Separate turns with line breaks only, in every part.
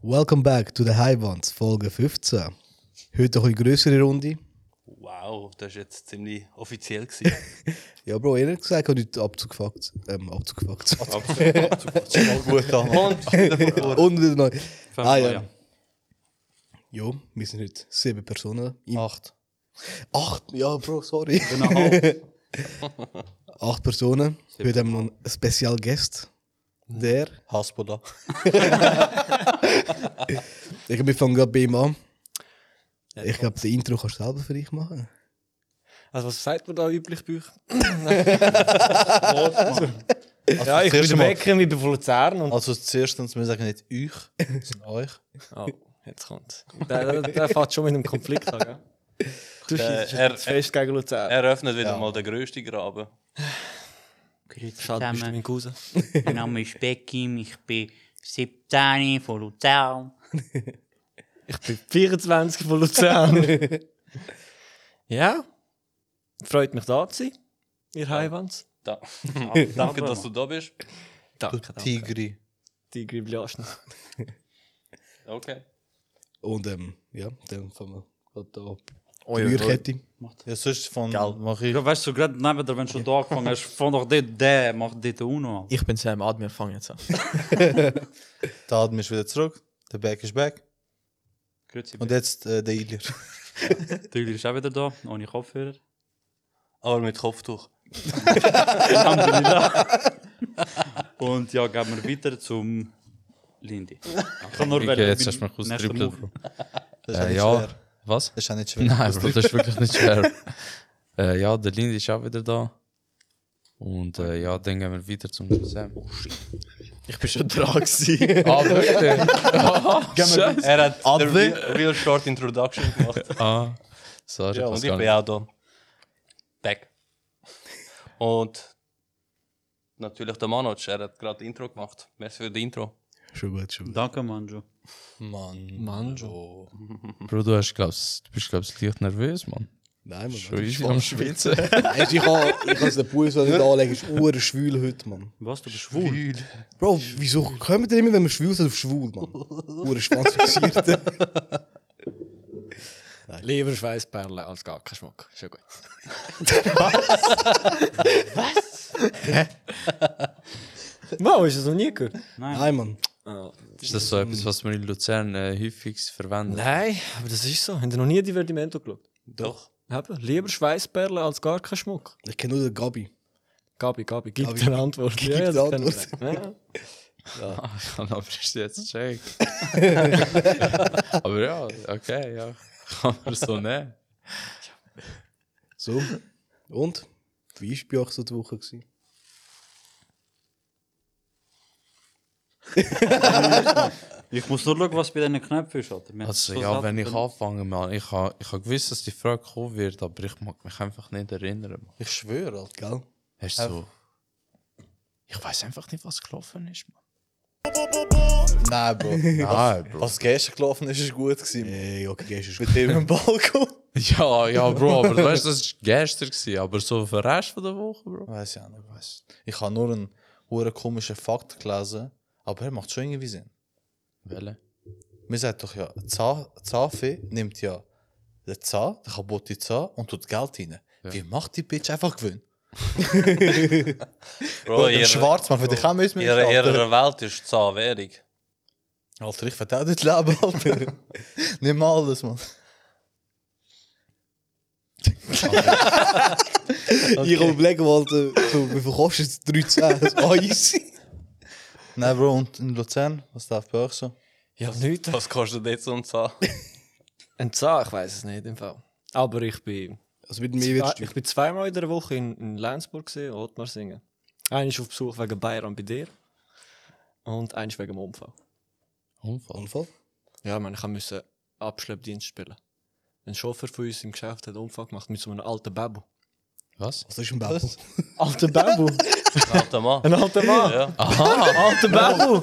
Welcome back to the High Ones, Folge 15. Heute eine etwas größere Runde.
Wow, das war jetzt ziemlich offiziell. gewesen.
Ja, Bro, ehrlich gesagt, habe ich heute abzugefuckt. Ähm, abzugefuckt.
Absolut. absolut. Mal gut an. Und wieder von vorne.
Und wieder neu.
Fangen
Ah,
wir
ja.
an.
Jo, wir sind heute sieben Personen.
Acht.
Acht, ja, Bro, sorry.
Eineinhalb.
Acht Personen. Heute haben wir noch einen Special Guest. Der.
Hasbulla.
Ich wir fangen gerade bei ihm an. Ich glaube, das Intro kannst du selber für dich machen.
Also was sagt man da üblich bei euch?
Also,
Ja, ich
zuerst
bin
einmal-
Wecker, ich bin von Luzern und...
Also zuerst müssen wir sagen, nicht euch, sondern euch.
Oh, jetzt kommt's. Der, der, der fährt schon mit einem Konflikt an, gell? Du schießt
er-
jetzt fest gegen Luzern.
Er öffnet wieder mal den grössten Graben.
Grüezi
Schade, bist du
zusammen.
mein Cousin.
Mein Name ist Beckim, ich bin 17 von Luzern.
Ich bin 24 von Luzern. ja, freut mich da zu sein, ihr Heiwans.
Da. Danke, dass du da bist.
Danke, danke.
Tigri.
Tigri Bljaschn.
Okay.
Und ähm, ja, dann fangen wir gerade an.
Oh,
Rührkette.
Ja, sonst von
Gell.
mach ich.
Ja, weißt du, gerade neben dir, wenn du schon da angefangen hast, fang doch dort den, mach dort auch noch.
Ich bin Sam, Admir, fang jetzt an.
Der Adam ist wieder zurück. Der Back ist back.
Grüezi,
Und
Und der
jetzt äh, der Ilir.
Tüller ist auch wieder da, ohne Kopfhörer.
Aber mit Kopftuch.
Und ja, gehen wir weiter zum Lindy. Ich kann nur
Okay,
wollen,
jetzt
bin
hast du mich
nächster
ausgedribbelt,
Move.
Bro.
Das ist auch
Äh,
nicht
ja,
schwer.
was?
Das ist auch nicht schwer.
Nein, Bro, das ist wirklich nicht schwer. äh, ja, der Lindy ist auch wieder da. Und äh, ja, dann gehen wir weiter zum Sam.
Ich bin schon dran gewesen.
Ah, wirklich?
Er hat eine
Adli.
real, real short introduction gemacht.
ah, sorry,
Ja, und ich
Pascal.
bin auch da. Back. Und natürlich der Manoj, er hat gerade Intro gemacht. Merci für das Intro.
Schon gut, schon gut.
Danke, Manjo.
Mann.
Manjo.
Bro, du, hast, glaubst, du bist, glaubst leicht nervös, Mann.
Nein, man.
Schon easy am Schwitzen.
Weisst du, ich habe ich has den Puls, den ich da anlege, ist uhr schwül heute, Mann.
Was, du bist schwul?
Bro, wieso kommen denn immer, wenn wir schwul sind, auf schwul, Mann? Uhr Schwanz fixiert.
Lieber Schweißperlen als gar kein Schmuck. Schon gut. Was? Was? Wow, ist das noch nie gehört?
Nein, Mann.
Ah.
ist das so etwas, was man in Luzern äh, häufig verwendet?
Nein, aber das ist so. Habt ihr noch nie Divertimento geschaut?
Doch.
Eben, lieber Schweißperlen als gar kein Schmuck.
Ich kenne nur den Gabi.
Gabi, Gabi, gib
Gabi,
eine Antwort.
gib
ja,
eine
das kennen
Antwort.
wir. Ja.
Ah, ich kann aber erst jetzt checken. aber ja, okay, ja. Kann man so nehmen.
So. Und? Wie war bei euch so die Woche? Gewesen?
Ich muss nur schauen, was bei diesen Knöpfen ist, Alter. Wir
Also
haben so
ja,
selten-
wenn ich anfange, man, ich habe ich ha gewusst, dass die Frage kommen wird, aber ich mag mich einfach nicht erinnern. Man.
Ich schwöre, Alter.
Gell?
Hast du so... Ich weiß einfach nicht, was gelaufen ist, man.
Nein, Bro.
Nein, Bro.
Was gestern gelaufen ist, ist gut gewesen.
Ey, okay, gehst du schon.
Mit dem im Balkon.
Ja, ja, Bro, aber du weißt, das war gestern, gewesen, aber so für den Rest von der Woche, Bro.
Weiß ich auch nicht. Weiss. Ich habe nur einen hohen komischen Fakt gelesen, aber er macht schon irgendwie Sinn.
Welle?
Man sagt doch ja, die Zahn- die Zahnfee nimmt ja den Zahn, den kaputten Zahn und tut Geld rein.
Ja.
Wie macht die Bitch einfach Gewinn?
Bro,
ihr
ihr,
Schwarzmann, für dich haben wir uns
in
mit
ihrer,
Alter.
ihrer Welt ist die Zahnwährung.
Alter, ich werde auch nicht leben, Alter. Nimm mal alles, Mann.
Ich habe überlegen wollte, so, wie viel kostet es? 13? Das Eis.
Nein, Bro, und in Luzern, was darf bei euch so?
ja, nichts.
Was kostet jetzt so ein Zahn?
Ein Zahn, ich weiß es nicht im Fall. Aber ich bin,
Also mit mir
zwei,
wirst du.
ich bin zweimal in der Woche in, in Lenzburg gesehen, Otmar singen. Einer ist auf Besuch wegen Bayern bei dir und einer ist wegen dem Unfall.
Unfall.
Unfall?
Ja, ich meine, ich musste Abschleppdienst spielen. Ein Chauffeur von uns im Geschäft hat einen Unfall gemacht mit so einem alten Babu.
Was?
Was ist ein Babu?
Alter Babu?
Alter Mann.
Ein alter Mann?
Ja.
Aha!
Alter Babu!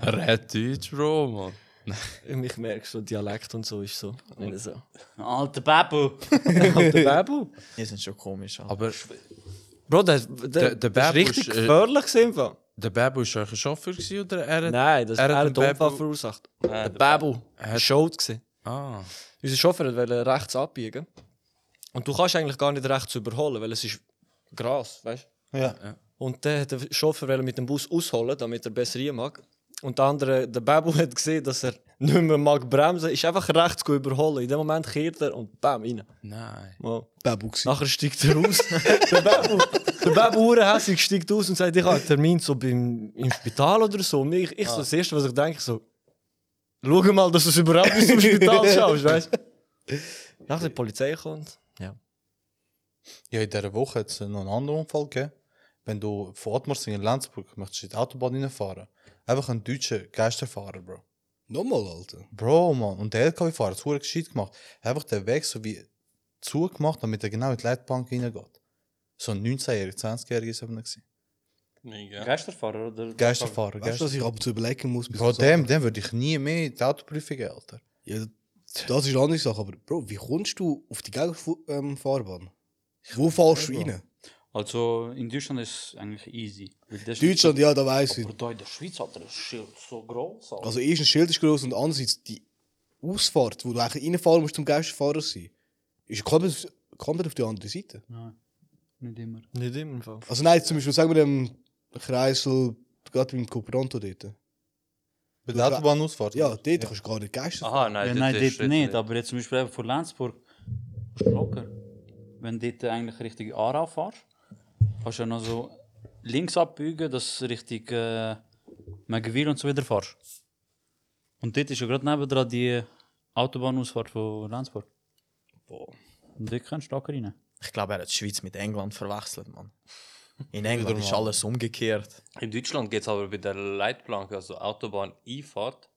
Red Deutsch, Bro, man.
ich merke so, Dialekt und so ist so. Nicht so.
Alter Babu!
Alter Babu?
Die sind schon komisch. Alter.
Aber
Bro, das, das,
Der- der
das ist
Babu
richtig
ist, äh,
gefährlich gewesen. im Fall.
der Babu war ein Chauffeur gewesen, oder er hat...
Nein, das
er
er
hat
hat
den
einen Unfall
Babu-
verursacht.
Nein,
Der Babu
Er
war
hat-
schuld. gewesen.
Ah,
Unser Chauffeur wollte rechts abbiegen. Und du kannst eigentlich gar nicht rechts überholen, weil es ist Gras, weißt du?
Ja.
Und dann hat der Chauffeur wollte mit dem Bus ausholen, damit er besser rein mag. Und der andere, der Babu, hat gesehen, dass er nicht mehr mag bremsen, ist einfach rechts go überholen. In dem Moment kehrt er und bam, rein.
nein.
Mal.
Babu gewesen.
Nachher steigt er aus. der Babu, der Babu hässig steigt aus und sagt, ich habe einen Termin so beim, im Spital oder so. Und ich,
Ah.
ich so das Erste, was ich denke, so, schau mal, dass du es überhaupt bis zum Spital schaust, weißt du? Nachher die Polizei kommt.
Ja, in dieser Woche hat es noch einen anderen Unfall gegeben. Wenn du von Ottmarsing in Lenzburg möchtest in die Autobahn reinfahren, einfach ein deutscher Geisterfahrer, Bro.
Nochmal, Alter.
Bro, Mann. Und der LKW-Fahrer hat es verdammt gescheit gemacht. Er hat einfach den Weg so wie zugemacht, damit er genau in die Leitbank reingeht. So ein 19-Jähriger, 20-Jähriger ist er eben. gewesen.
Ja.
Geisterfahrer
Weißt
oder?
Geisterfahrer,
du,
Geisterfahrer.
dass ich ab und zu überlegen muss? bis
Bro,
so Sachen-
dem, dem würde ich nie mehr die Autoprüfung geben, Alter.
Ja, das ist eine andere Sache, aber Bro, wie kommst du auf die Gegenfahrbahn? Wo fährst du
nicht, Bro.
rein?
Also in Deutschland ist es eigentlich easy. Weil das-
Deutschland, ja, da weiss ich.
Aber da in der Schweiz hat er ein Schild so groß.
Also, erstens, das Schild ist gross und andererseits die Ausfahrt, wo du eigentlich reinfahren musst, zum Geisterfahrer zu sein, ist komplett, komplett auf die andere Seite.
nicht immer.
Nicht immer im Fall.
Also, nein, zum Beispiel, sagen wir dem Kreisel, gerade beim Cooperanto dort.
Bei der Autobahnausfahrt?
Ja, dort kannst du gar nicht Geister
Aha, nein,
Ja,
dort
nein,
ist-
dort nicht. Aber jetzt zum Beispiel eben von Lenzburg ist locker. Wenn du dort eigentlich Richtung Aarau fährst, kannst du ja noch so links abbiegen, dass du Richtung äh, Megawil und so wieder fährst. Und dort ist ja gerade nebendran die Autobahnausfahrt von Lenzburg. Und dort kannst du locker rein.
Ich glaube, er hat die Schweiz mit England verwechselt, Mann. In England ist alles umgekehrt.
In Deutschland geht es aber bei der Leitplanke, also Autobahn-Einfahrt,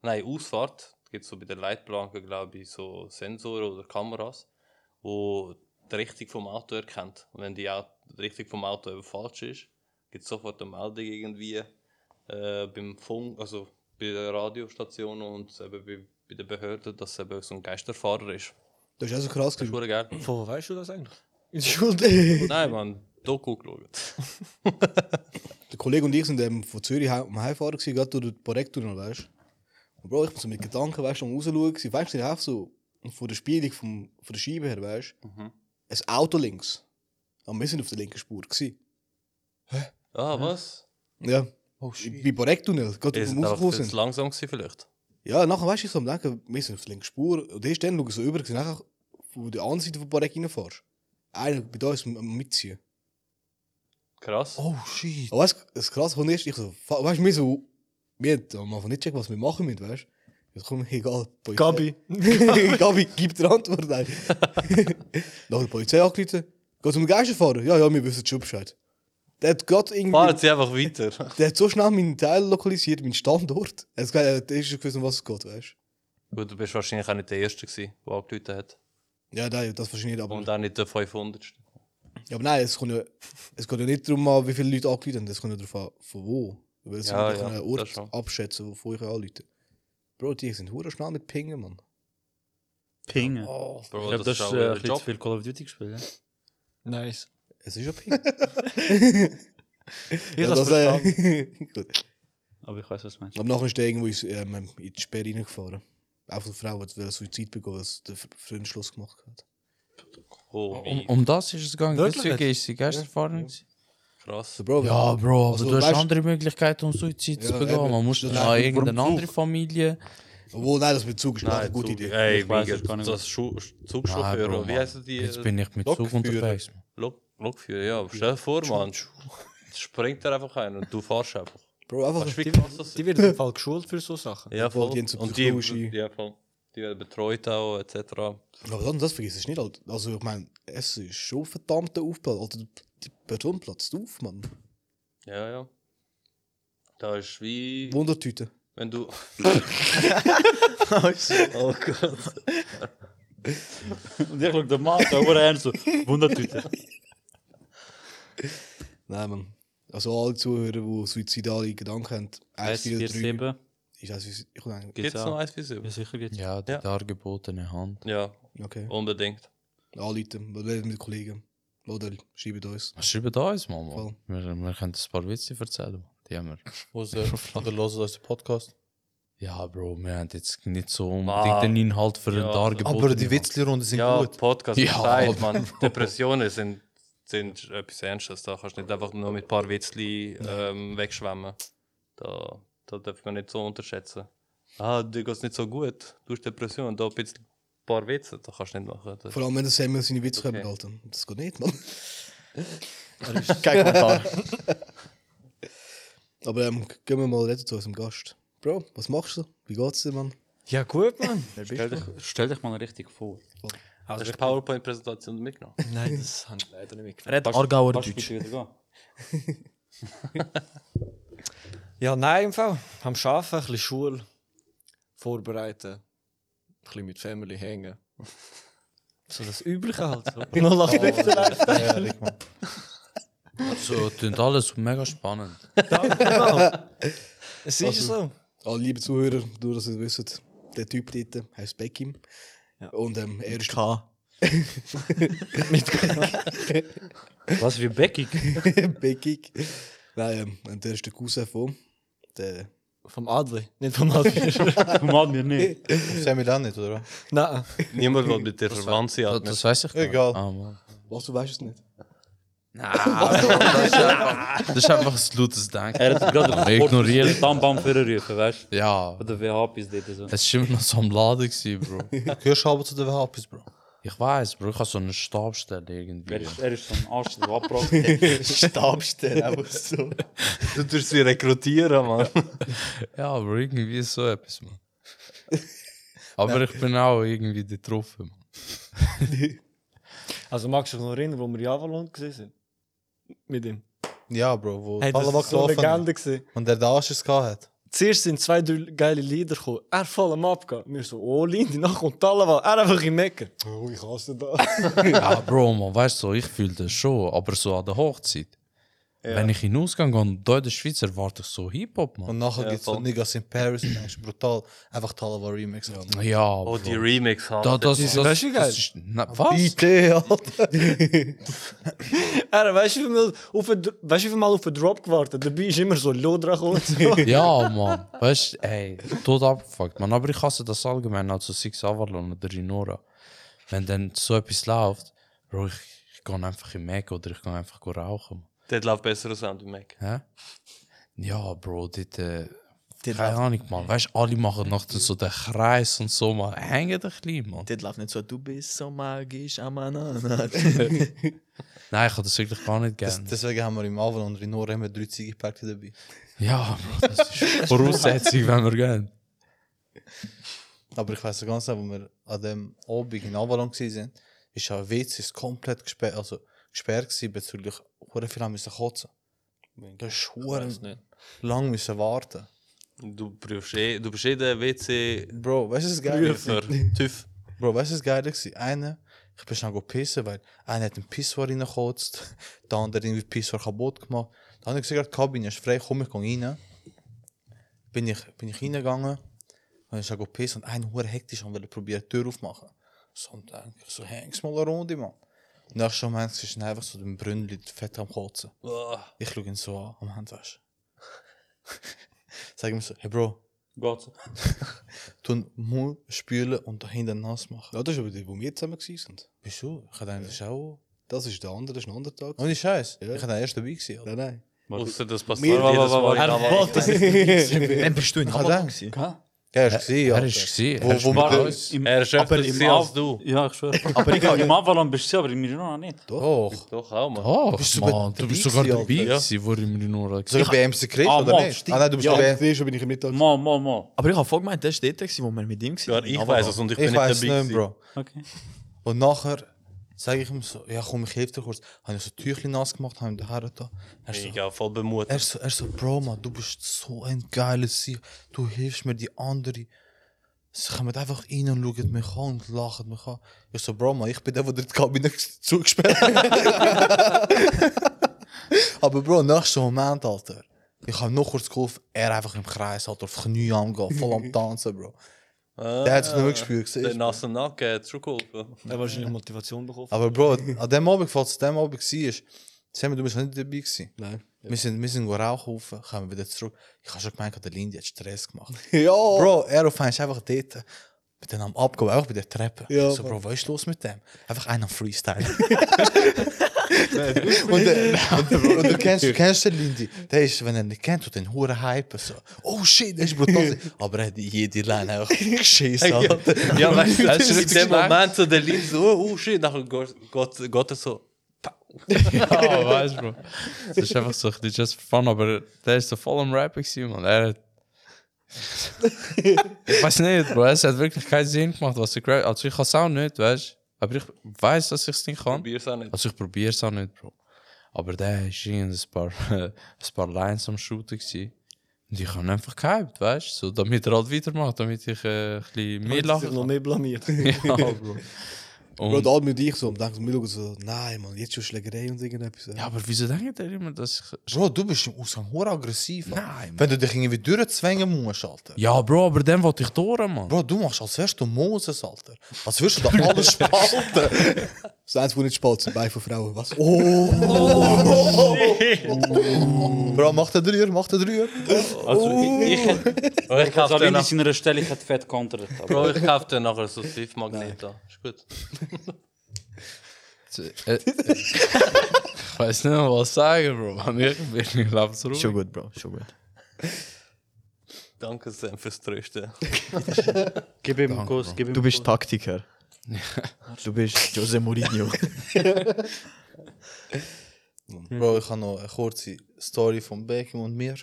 nein, Ausfahrt, gibt es so bei der Leitplanke, glaube ich, so Sensoren oder Kameras, wo die Richtung vom Auto erkennt. Und wenn die, Au- die Richtung vom Auto eben falsch ist, gibt es sofort eine Meldung irgendwie äh, beim Funk, also bei der Radiostation und eben bei, bei der Behörde, dass es eben so ein Geisterfahrer ist.
Das ist auch so krass.
Das ist
gewesen.
verdammt geil.
Von wo weißt du das eigentlich?
In der Schule.
Nein, man, Doku geschaut.
Der Kollege und ich sind ähm, von Zürich heim- am Heimfahren, gewesen, gerade durch den Projekttunnel, weißt du? Und Bro, ich bin so mit Gedanken, weißt du, am rausschauen, gewesen. weißt du, einfach so von der Spielung, vom, von der Scheibe her, weißt du? Ein Auto links. Aber wir sind auf der linken Spur. Gewesen.
Ah, was?
Ja.
Oh,
Bei Projekttunnel, gerade
Ist
wo
es
wir rausgekommen
einfach zu
sind.
langsam gewesen vielleicht?
Ja, nachher weißt du, ich so am Denken, wir sind auf der linken Spur. Und erst dann schauen so über, gewesen, nachher von der anderen Seite von Projekt reinfährst. Einer bei uns am- am Mitziehen.
Krass.
Oh, shit.
Aber weißt du, das krass kommt erst, ich so, fa- weißt du, wir so, wir haben am Anfang nicht checken, was wir machen müssen, weißt du? Jetzt komm, egal, Polizei.
Gabi.
Gabi gibt dir Antwort, nein. Nach der Polizei angerufen, geht zum Geisterfahrer? Ja, ja, wir wissen schon Bescheid. Der hat gerade
Fahren
irgendwie,
Sie einfach weiter.
der hat so schnell meinen Teil lokalisiert, meinen Standort. Er hat gesagt, er hat erst schon gewusst, um was es geht, weißt du?
Gut, du bist wahrscheinlich auch nicht der Erste, gewesen, der angerufen hat.
Ja, nein, das wahrscheinlich nicht, aber,
Und auch nicht der 500.
aber nein, es, kommt ja, es geht ja nicht darum an, wie viele Leute angerufen haben, es kommt ja darauf an, von wo. Weil sie
Ja,
ja,
ja,
einen
das schon.
Ort abschätzen, wovon ich anrufe. Bro, die sind hure schnell mit Pingen, Mann.
Pingen.
Bro,
ich glaube, das, ist
auch
äh,
ihr
ein bisschen zu viel Call of Duty gespielt. ja?
Nice.
Es ist ja Ping.
Ich
ja,
hab's
das,
verstanden.
äh, gut.
Aber ich weiß, was du meinst.
Aber nachher ist der irgendwo ins, ähm, in die Sperre reingefahren. Auch von der Frau, die will Suizid begangen, weil sie den F- Freund Schluss gemacht hat.
Oh,
Um,
wie
um das ist es gegangen.
Wirklich?
Deswegen ist sie Geisterfahrer. gewesen.
krass.
So, Bro,
Ja, Bro, aber
Also,
du hast
weißt-
andere Möglichkeiten, um Suizid zu
Ja,
begehen.
eben.
Man muss
Das
dann
ist
an
mit
irgendeine
Brunzug.
andere Familie.
Obwohl, nein, das mit Zug ist nicht eine gute
Zug-
Idee.
Ey,
Ich weiß
wie
es gar nicht.
Das Schu-
Nein, Bro,
Zugchauffeur, wie
Mann.
heißen die? äh,
Jetzt
äh,
bin ich mit Zug
Lokführer.
unterwegs. Mann.
Lok Lokführer, ja. Aber stell dir vor, Mann. Springt er einfach ein und du fährst einfach.
Bro, einfach.
Weißt du, wie krass das ist?
Die wird im Fall geschult für so Sachen.
Ja, voll.
die haben so
Und die,
psychologische-
ja, voll. die werden betreut auch, etc.
Aber dann, das vergiss ich nicht. Alter. Also, ich meine, es ist schon verdammter Aufbau. Alter, die die Person platzt auf, Mann.
Ja, ja. Da ist wie.
Wundertüte.
Wenn du. oh Gott.
Und ich schaue den Mann da oben her so, Wundertüte.
Nein, Mann. Also, alle Zuhörer, die suizidale Gedanken haben, 147.
147
Ich weiß, ich komme
Gibt es noch eins bis
Ja, sicher geht's.
Ja, die
Ja.
dargebotene Hand.
Ja,
Okay.
unbedingt.
anrufen, wir reden mit Kollegen. Oder schreibt uns.
Was schreibt uns, Mann?
Voll.
Mann? Wir, wir können ein paar Witze erzählen. Mann. Die haben wir.
Wo sie oder hören unseren Podcast.
Ja, Bro, wir haben jetzt nicht so unbedingt den Inhalt für ein
Ja,
Dargebot.
Aber die Witzli-Runde sind
Ja,
gut.
Podcast
Ja,
Zeit, man. Depressionen sind, sind etwas Ernstes. Da kannst du nicht einfach nur mit ein paar Witzli ähm, wegschwemmen. Da, da darf man nicht so unterschätzen. Ah, dir geht's nicht so gut. Du hast Depressionen. Da ein bisschen- ein paar Witze. Da kannst du nicht machen. Das,
Vor allem, wenn der Samuel seine Witze
Okay.
okay. behalten Das geht nicht, Mann.
Kein Kommentar.
Aber ähm, gehen wir mal reden zu unserem Gast. Bro, was machst du? Wie geht's dir, Mann?
Ja, gut, Mann.
Stell dich, stell dich mal richtig vor.
das ist eine PowerPoint-Präsentation mitgenommen.
Nein, das
Haben leider nicht mitgekriegt.
Red Aargauer Deutsch.
Ja, nein, im Fall. Am Arbeiten, ein bisschen Schule vorbereiten, ein bisschen mit Family hängen. So das Übliche halt. So. Noch lachen.
Ehrlich, Mann.
So, klingt alles mega spannend.
Es ist so.
Alle liebe Zuhörer, nur dass ihr wisst, der Typ dort heißt Beckim. Und ähm, er ist
K.
Was wie Becky?
Beckig. Nein, ähm, und der ist der Cousin von. Der
Vom Adli, nicht vom Adli.
Mann, mir nicht.
Samuel auch nicht, oder?
nein.
Niemand will mit dir verwandt sein.
Das,
hat nicht.
Also, das weiß ich gar nicht.
Egal.
Ah, Mann.
was, du weißt es nicht?
das ist einfach ein lautes Denken.
Er hat gerade
Ja, ignoriere ich.
Stammbaum verrufen, weißt du?
Ja,
Oder wer hab ist dort so?
es war immer noch so am Laden, gewesen, Bro.
Du gehörst halber zu den Wahapis, Bro.
Ich weiß, Bro, ich habe so eine Stabstelle
Er
irgendwie.
ist, er ist so ein Arsch, der abbraucht.
Stabstelle, einfach so.
Du tust sie rekrutieren, Mann.
Ja, Bro, irgendwie ist so etwas, Mann. Aber ich bin auch irgendwie die Trophe, Mann.
Also magst du dich noch erinnern, wo wir in Avalon gesehen sind? Mit ihm.
Ja, Bro, wo
Hey, das war
Palabak
so eine
laufen
Legende. Gewesen.
und der den Anschiss gehabt hat.
Zuerst sind zwei, drei geile Lieder gekommen. Er voll am Abgehen. Wir so, oh, Lindy, dann kommt Talawa. Er einfach im Mecken. Oh, ich hasse das.
Ja, Bro, man, weißt du, so, ich fühle das schon, aber so an der Hochzeit. Wenn ich in den Ausgang gehe und da in der Schweiz erwarte ich so Hip-Hop,
Und
man.
nachher
Ja,
gibt's so
voll.
Niggas in Paris und denkst, brutal, einfach Talawa Remix. Ja,
Ja, Bro.
Oh, die Remix haben.
da, das,
Die
das,
sind
das,
schon geil.
ist... Na, was?
Bitte, Alter.
Er, weißt du, wie viel auf den, weißt du, wie viel Mal auf den Drop gewartet? Dabei ist immer so Lodra gekommen. So.
Ja, man. Weißt du, ey, tot abgefuckt, man. Aber ich hasse das allgemein, also Six Avalon oder Rinora. Wenn dann so etwas läuft, Bro, ich, ich gehe einfach im Mac oder ich gehe einfach rauchen, man.
Dort läuft besser Sound im Mac.
Hä? Ja, Bro, dit. Äh, keine Ahnung, man. Weißt du, alle machen noch so den Kreis und so, man. Hängen dich klein, man.
Das läuft nicht so, du bist so magisch am Ananas.
Nein, ich habe das wirklich gar nicht
Das,
gern.
deswegen haben wir im Aval und Rinora immer drei Ziegepäckchen dabei.
ja, Bro, das ist Voraussetzung, wenn wir gehen.
Aber ich weiß ganz genau, als wir an dem Abend in Avalon waren, ist ja WC ist komplett gesperrt, also gesperrt gewesen bezüglich, hure viel haben müssen kotzen. Das ist
weiß nicht.
hure lang müssen warten.
Du, brauchst eh, du bist eh der WC.
Bro, weißt du was geil? ist?
Prüfer. TÜV.
Bro, weißt du was geil gewesen? Einer, ich bin schnell go pissen, weil einer hat einen Pissoir reingekotzt, der andere irgendwie den Pissoir kaputt gemacht. Dann habe ich gesagt, die Kabine ist frei, komm, ich gehe rein. Bin ich, bin ich reingegangen, dann ist er go pissen und einer hure hektisch und wollte probieren, die Tür aufmachen. So, und dann denk ich so, häng's mal eine Runde, Mann. Und nach schon Moment ist er einfach so dem Brünnli fett am Kotzen.
Boah.
Ich schau ihn so an, am Handwaschen. Sag ihm so, hey Bro,
Geht's.
tun Mund spülen und dahinter nass machen.
Ja, das ist aber der, wo wir zusammen waren.
Wieso? Ich habe eigentlich auch.
Das ist der andere, das ist ein anderer Tag.
Ohne Scheiß.
Ja.
Ich war erst dabei. Gewesen,
Nein, nein.
Außer das passiert
Wir-
jedes Mal.
Er wollte es nicht.
Wann bist du in
Ah,
Avalon?
danke.
gewesen?
Ja, er war gesehen.
Er ist gesehen.
Wo- wo
war
wir-
uns.
Im,
Er ist öfter
im
gesehen als
Av-
du.
Ja, ich schwöre. Aber ich im Avalon bist du, aber im Mirona nicht.
Doch.
Doch, auch mal.
Oh,
Bist du
Mann, du
dabei
bist sogar
gewesen,
dabei,
Alter?
gewesen, wo im Rinora
Soll ich bei MC Chris
Ah,
oder
Mann,
nicht?
stimmt.
Ah, nein, du bist
Ja,
bei
ich schon bin ich am Mittag.
Mal, mal, mal.
Aber ich habe voll gemeint, das war dort, gewesen, wo wir mit ihm
Ja,
waren.
ich weiß es und ich,
Ich
bin nicht dabei.
weiß nicht,
gewesen.
Bro.
Okay.
Und nachher sage ich ihm so: Ja, komm, ich helfe dir kurz. Habe ich so Tüchli nass gemacht, habe ihm den Herren da. Er so,
Mega, voll
er
bemutigt.
so, er so, Bro, Mann, du bist so ein geiles Sieg. Du hilfst mir, die anderen. Sie kommen einfach rein und schauen mich an und lachen mich an. Ich so, Bro, Mann, ich bin der, der dir die Kabine zugesperrt hat. Aber Bro, nach so einem Moment, Alter. Ich habe noch kurz geholfen, er einfach im Kreis, Alter, auf die Knie angehen, voll am Tanzen, Bro.
Ah.
Der hat sich nicht mehr gespürt,
Der
gesehen.
nasse Nacken hat zurückgeholfen.
Ah,
Er hat wahrscheinlich Motivation bekommen.
Aber Bro, an dem Abend, falls es an dem Abend war, Sam, du bist nicht dabei gewesen.
Nein.
Wir sind, wir sind rauchen, rauf, kamen wieder zurück. Ich habe schon gemerkt, der Lindy hat Stress gemacht.
ja!
Bro, Aerofan ist einfach dort mit dem am Abgehen, einfach bei der Treppe.
Ja,
ich so,
Mann.
Bro, was ist los mit dem? Einfach einer am Freestyle.
Bro.
Und, der, und, der- und du kennst, du kennst den Lindy. Der ist, wenn er nicht kennt, tut den Huren hypen. So, oh shit, der ist brutal. Aber er hat jede Line einfach geschissen. Alter.
Ja, weißt du,
Das
das
ist
ist in dem
schlecht.
Moment so der Lin so, oh, oh shit, nachher geht, geht, geht er so.
Ja, weißt du, Bro. Das ist einfach so, die just for fun, aber der ist so voll am Rappen gewesen, man. Er hat... ich weiß nicht, Bro, es hat wirklich keinen Sinn gemacht, was ich gerappt Also ich kann es auch nicht, weißt du. Aber ich weiß, dass ich es nicht kann.
Probier's auch nicht.
Also ich probiere es auch nicht, Bro. Aber der ist irgendwie ein paar, ein paar Lines am Shooten gewesen. Und ich habe ihn einfach gehypt, weißt du, so, damit er halt weitermacht, damit ich äh, ein bisschen mehr
lachen. Noch
lachen
mehr blamiert.
kann. Ja, Bro.
Bro,
Und,
da mit ich so und denke, wir schauen so, nein, Mann, jetzt schon Schlägerei und irgendetwas.
ja, aber wieso denkt er immer, dass ich...
Bro, du bist im Ausgang hure aggressiv. Alter.
Nein,
Wenn du dich irgendwie durchzwängen musst, Alter.
Ja, Bro, aber dann wollte ich durch, Mann.
Bro, du machst, als wärst du Moses, Alter. Als würdest du da alles spalten.
Das Einzige, wo nicht spalt, sind Beine von Frauen. Was? Oh!
Bro, mach den Dreier, mach den Dreier.
Also,
Oh.
ich, ich hätte,
Ich
also
kauf den,
allein in
nach,
seiner Stelle, ich hätte fett kontert. Aber
Bro, ich kauf den nachher so Swift-Magnet da. Ist gut.
Äh, äh, ich weiß nicht, mehr, was sagen, nou Bro. Mann, ich bin ich glaub, so ruhig.
Schon gut, Bro. Schon gut.
Danke, Sam, fürs Trösten.
gib ihm einen Kuss, gib ihm
Du bist Taktiker. Du bist Jose Mourinho.
Bro, ich habe noch eine kurze Story von Beckham und mir.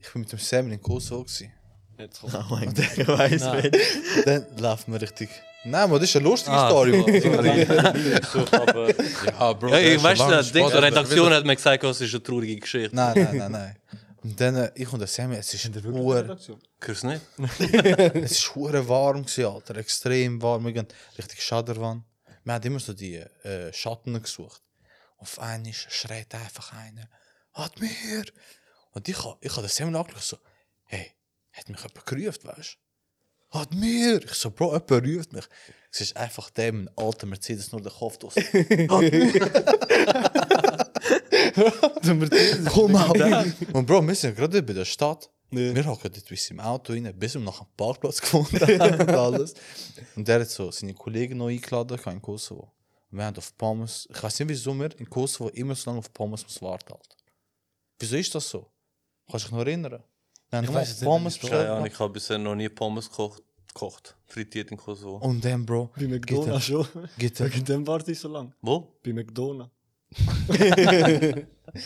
Ich bin mit dem Sam in Kosovo. gewesen.
Jetzt
oh mein Gott, ich weiß
Nein.
nicht.
Dann laufen wir richtig. Nein, Mann, das ist eine lustige
Ah,
Story, Mann.
Kuss. aber
Ja, Ah, Bro.
Ja,
der
ich
ist
weiß
schon lange
nicht, die
gespannt,
Redaktion hat mir gesagt, es ist eine traurige Geschichte.
Nein, nein, nein, nein. Und dann, äh, ich und der Sam, es ist ein Uhr.
Hörst du nicht?
Es ist hure warm gewesen, Alter, extrem warm, wir gehen richtig Schadderwan. Wir haben immer so die äh, Schatten gesucht. Auf einmal schreit einfach einer, hat mir! Und ich habe ich ha den Sam angeschaut, so, hey, hat mich jemand gerufen, weißt du? Hat mir! Ich so, Bro, jemand ruft mich. Es ist einfach dem ein alter Mercedes nur der Kopf draus. Hat mir! Komm mal! Und Bro, wir sind gerade bei der Stadt.
Nee.
Wir hocken dort bis im Auto rein, bis wir noch einen Parkplatz gefunden haben und alles. Und der hat so seine Kollegen noch eingeladen, gehabt in Kosovo. Und wir haben auf Pommes, ich weiß nicht wieso wir in Kosovo immer so lange auf Pommes muss warten, Alter. Wieso ist das so? Kannst du dich noch erinnern? Wir haben nur auf Pommes bestellt.
Keine Ahnung, ich habe bisher noch nie Pommes gekocht, gekocht frittiert in Kosovo.
und dann, Oh, Bro,
Bei
Gitter.
McDonalds schon.
geht er.
Wegen dem warte ich so lange.
Wo?
Bei McDonalds.
Bro.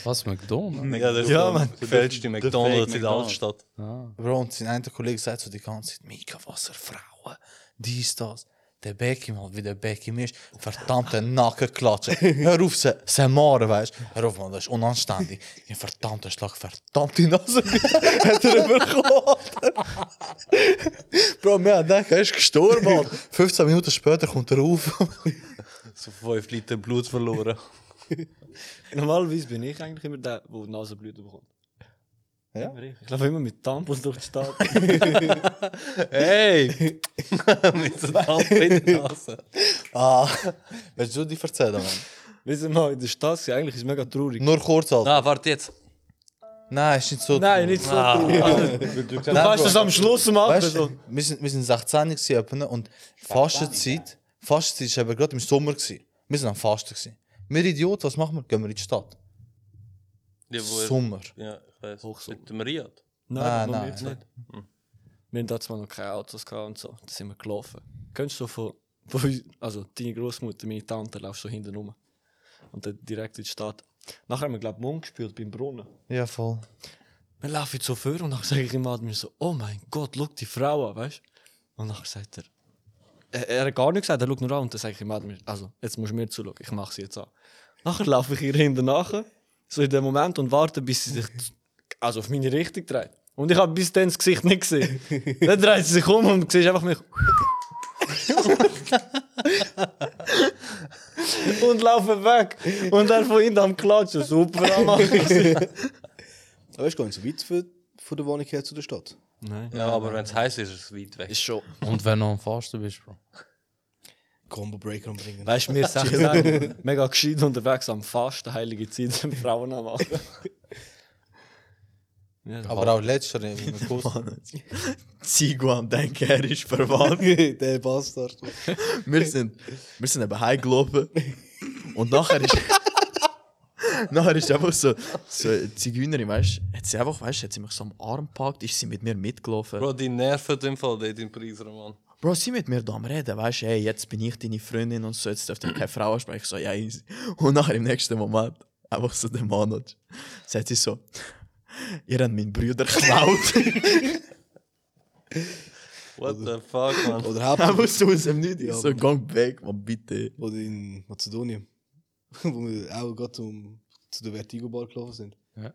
Was, McDonald's?
Ja, dus das
Ja,
ja,
Mann.
man. Gefälschte McDonalds in der
McDonald's.
Altstadt.
Ja.
Bro, und sein einer Kollege sagt so die ganze Zeit, Mika, was für Frauen, dies, das. Der Becky mal, wie der Becky ist, verdammte Nackenklatsche. Hör auf, sie, sie maren, weißt du. Hör auf, man, das ist unanständig. Ihr verdammter Schlag, verdammte Nase. hat er überkommen. Bro, wir haben gedacht, er ist gestorben. Mann. 15 Minuten später kommt er auf.
So 5 Liter Blut verloren.
Normalerweise bin ich eigentlich immer der, der Nasenblüten bekommt.
Ja?
Ich laufe immer mit Tampons durch die Stadt.
hey! Mit so einer Hand in der Nase.
ah, willst du die erzählen, Mann?
Wir sind mal in der Stadt, gewesen, eigentlich ist es mega traurig.
Nur kurz, Alter.
Na, warte jetzt.
Nein, ist nicht so.
Nein, nicht so
Ah.
traurig. Also, du
Nein,
kannst
Bro.
das am Schluss machen.
Weißt
so.
du, wir sind, wir sind 16 gewesen, etwa, ne? und Fastenzeit, Fastenzeit war eben gerade im Sommer. Gewesen. Wir sind am Fasten. Gewesen. Wir Idioten, was machen wir? Gehen wir in die Stadt.
Ja, wo er-
Sommer.
Ja, ich weiß. Mit dem Riad.
Nein,
Nein,
nein,
nein, nicht. Hm. Wir hatten damals noch keine Autos gehabt und so. Da sind wir gelaufen. Könntest du so von, von uns- also deine Großmutter, meine Tante, laufst so hinten rum. Und dann direkt in die Stadt. Nachher haben wir, glaube ich, Mund gespürt beim Brunnen.
Ja, voll.
Wir laufen jetzt so vor und dann sage ich ihm mir so, oh mein Gott, schau die Frau an, weißt du? Und dann sagt er, er, er hat gar nichts gesagt, er schaut nur an und dann sage ich ihm Admir, also jetzt musst du mir zuschauen, ich mache sie jetzt an. Nachher laufe ich ihr hinten nach, so in dem Moment und warte, bis sie sich also auf meine Richtung dreht. Und ich habe bis dann das Gesicht nicht gesehen. dann dreht sie sich um und siehst einfach mich. und laufen weg. Und dann von hinten am Klatschen. Super, am
Aber ist gar nicht so weit für, von der Wohnung her zu der Stadt.
Nein.
Ja, aber wenn es heiß ist, ist es weit weg.
Ist schon.
Und wenn du am Fasten bist, Bro.
Combo Breaker umbringen.
Weißt du, wir sind mega gescheit unterwegs am Fasten, heilige Zeit, sind Frauen am Machen.
Aber auch letzter im Kurs.
Zigo am denken, er ist verwandt.
Der Bastard.
Wir sind, wir sind eben heimgelaufen. Und nachher ist. nachher ist einfach so. So eine Zigeunerin, weißt du? Hat sie einfach, weißt du, hat sie mich so am Arm gepackt, ist sie mit mir mitgelaufen. Bro,
Bro, die nerven im Fall dort in Preiser, Mann.
sie mit mir da am Reden, weißt du, hey, jetzt bin ich deine Freundin und so, jetzt dürfte ich keine Frau ansprechen. Ich So, ja, easy. Und nachher im nächsten Moment, einfach so der Mann, hat- sagt sie so: Ihr habt meinen Bruder geklaut.
What the fuck, man.
Oder Hauptsache,
einfach so aus dem Nichts. Ich
Ja,
so, gang weg, man, bitte.
oder in Mazedonien, wo wir auch gerade zum, zu der Vertigo Bar gelaufen sind.
Ja.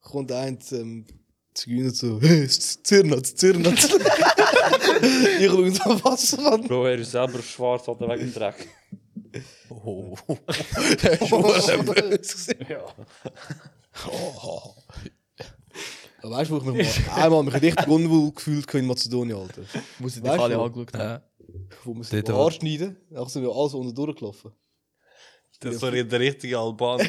Kommt eins ähm, zu Günen so, hey, Zirnat, Zirnat. ich schaue uns an, was man.
Bro, er ist selber schwarz, hat er wegen dem Dreck.
Oh. Oh. Weißt du, wo ich mich mal einmal mich richtig unwohl gefühlt habe in Mazedonien, Alter?
Muss ich dich
Weißt
alle
du-
angeschaut haben.
Ja.
Wo wir
Dort
sind
auch.
anschneiden, dann sind wir alles unter durchgelaufen.
Das war ja der richtige Albaner.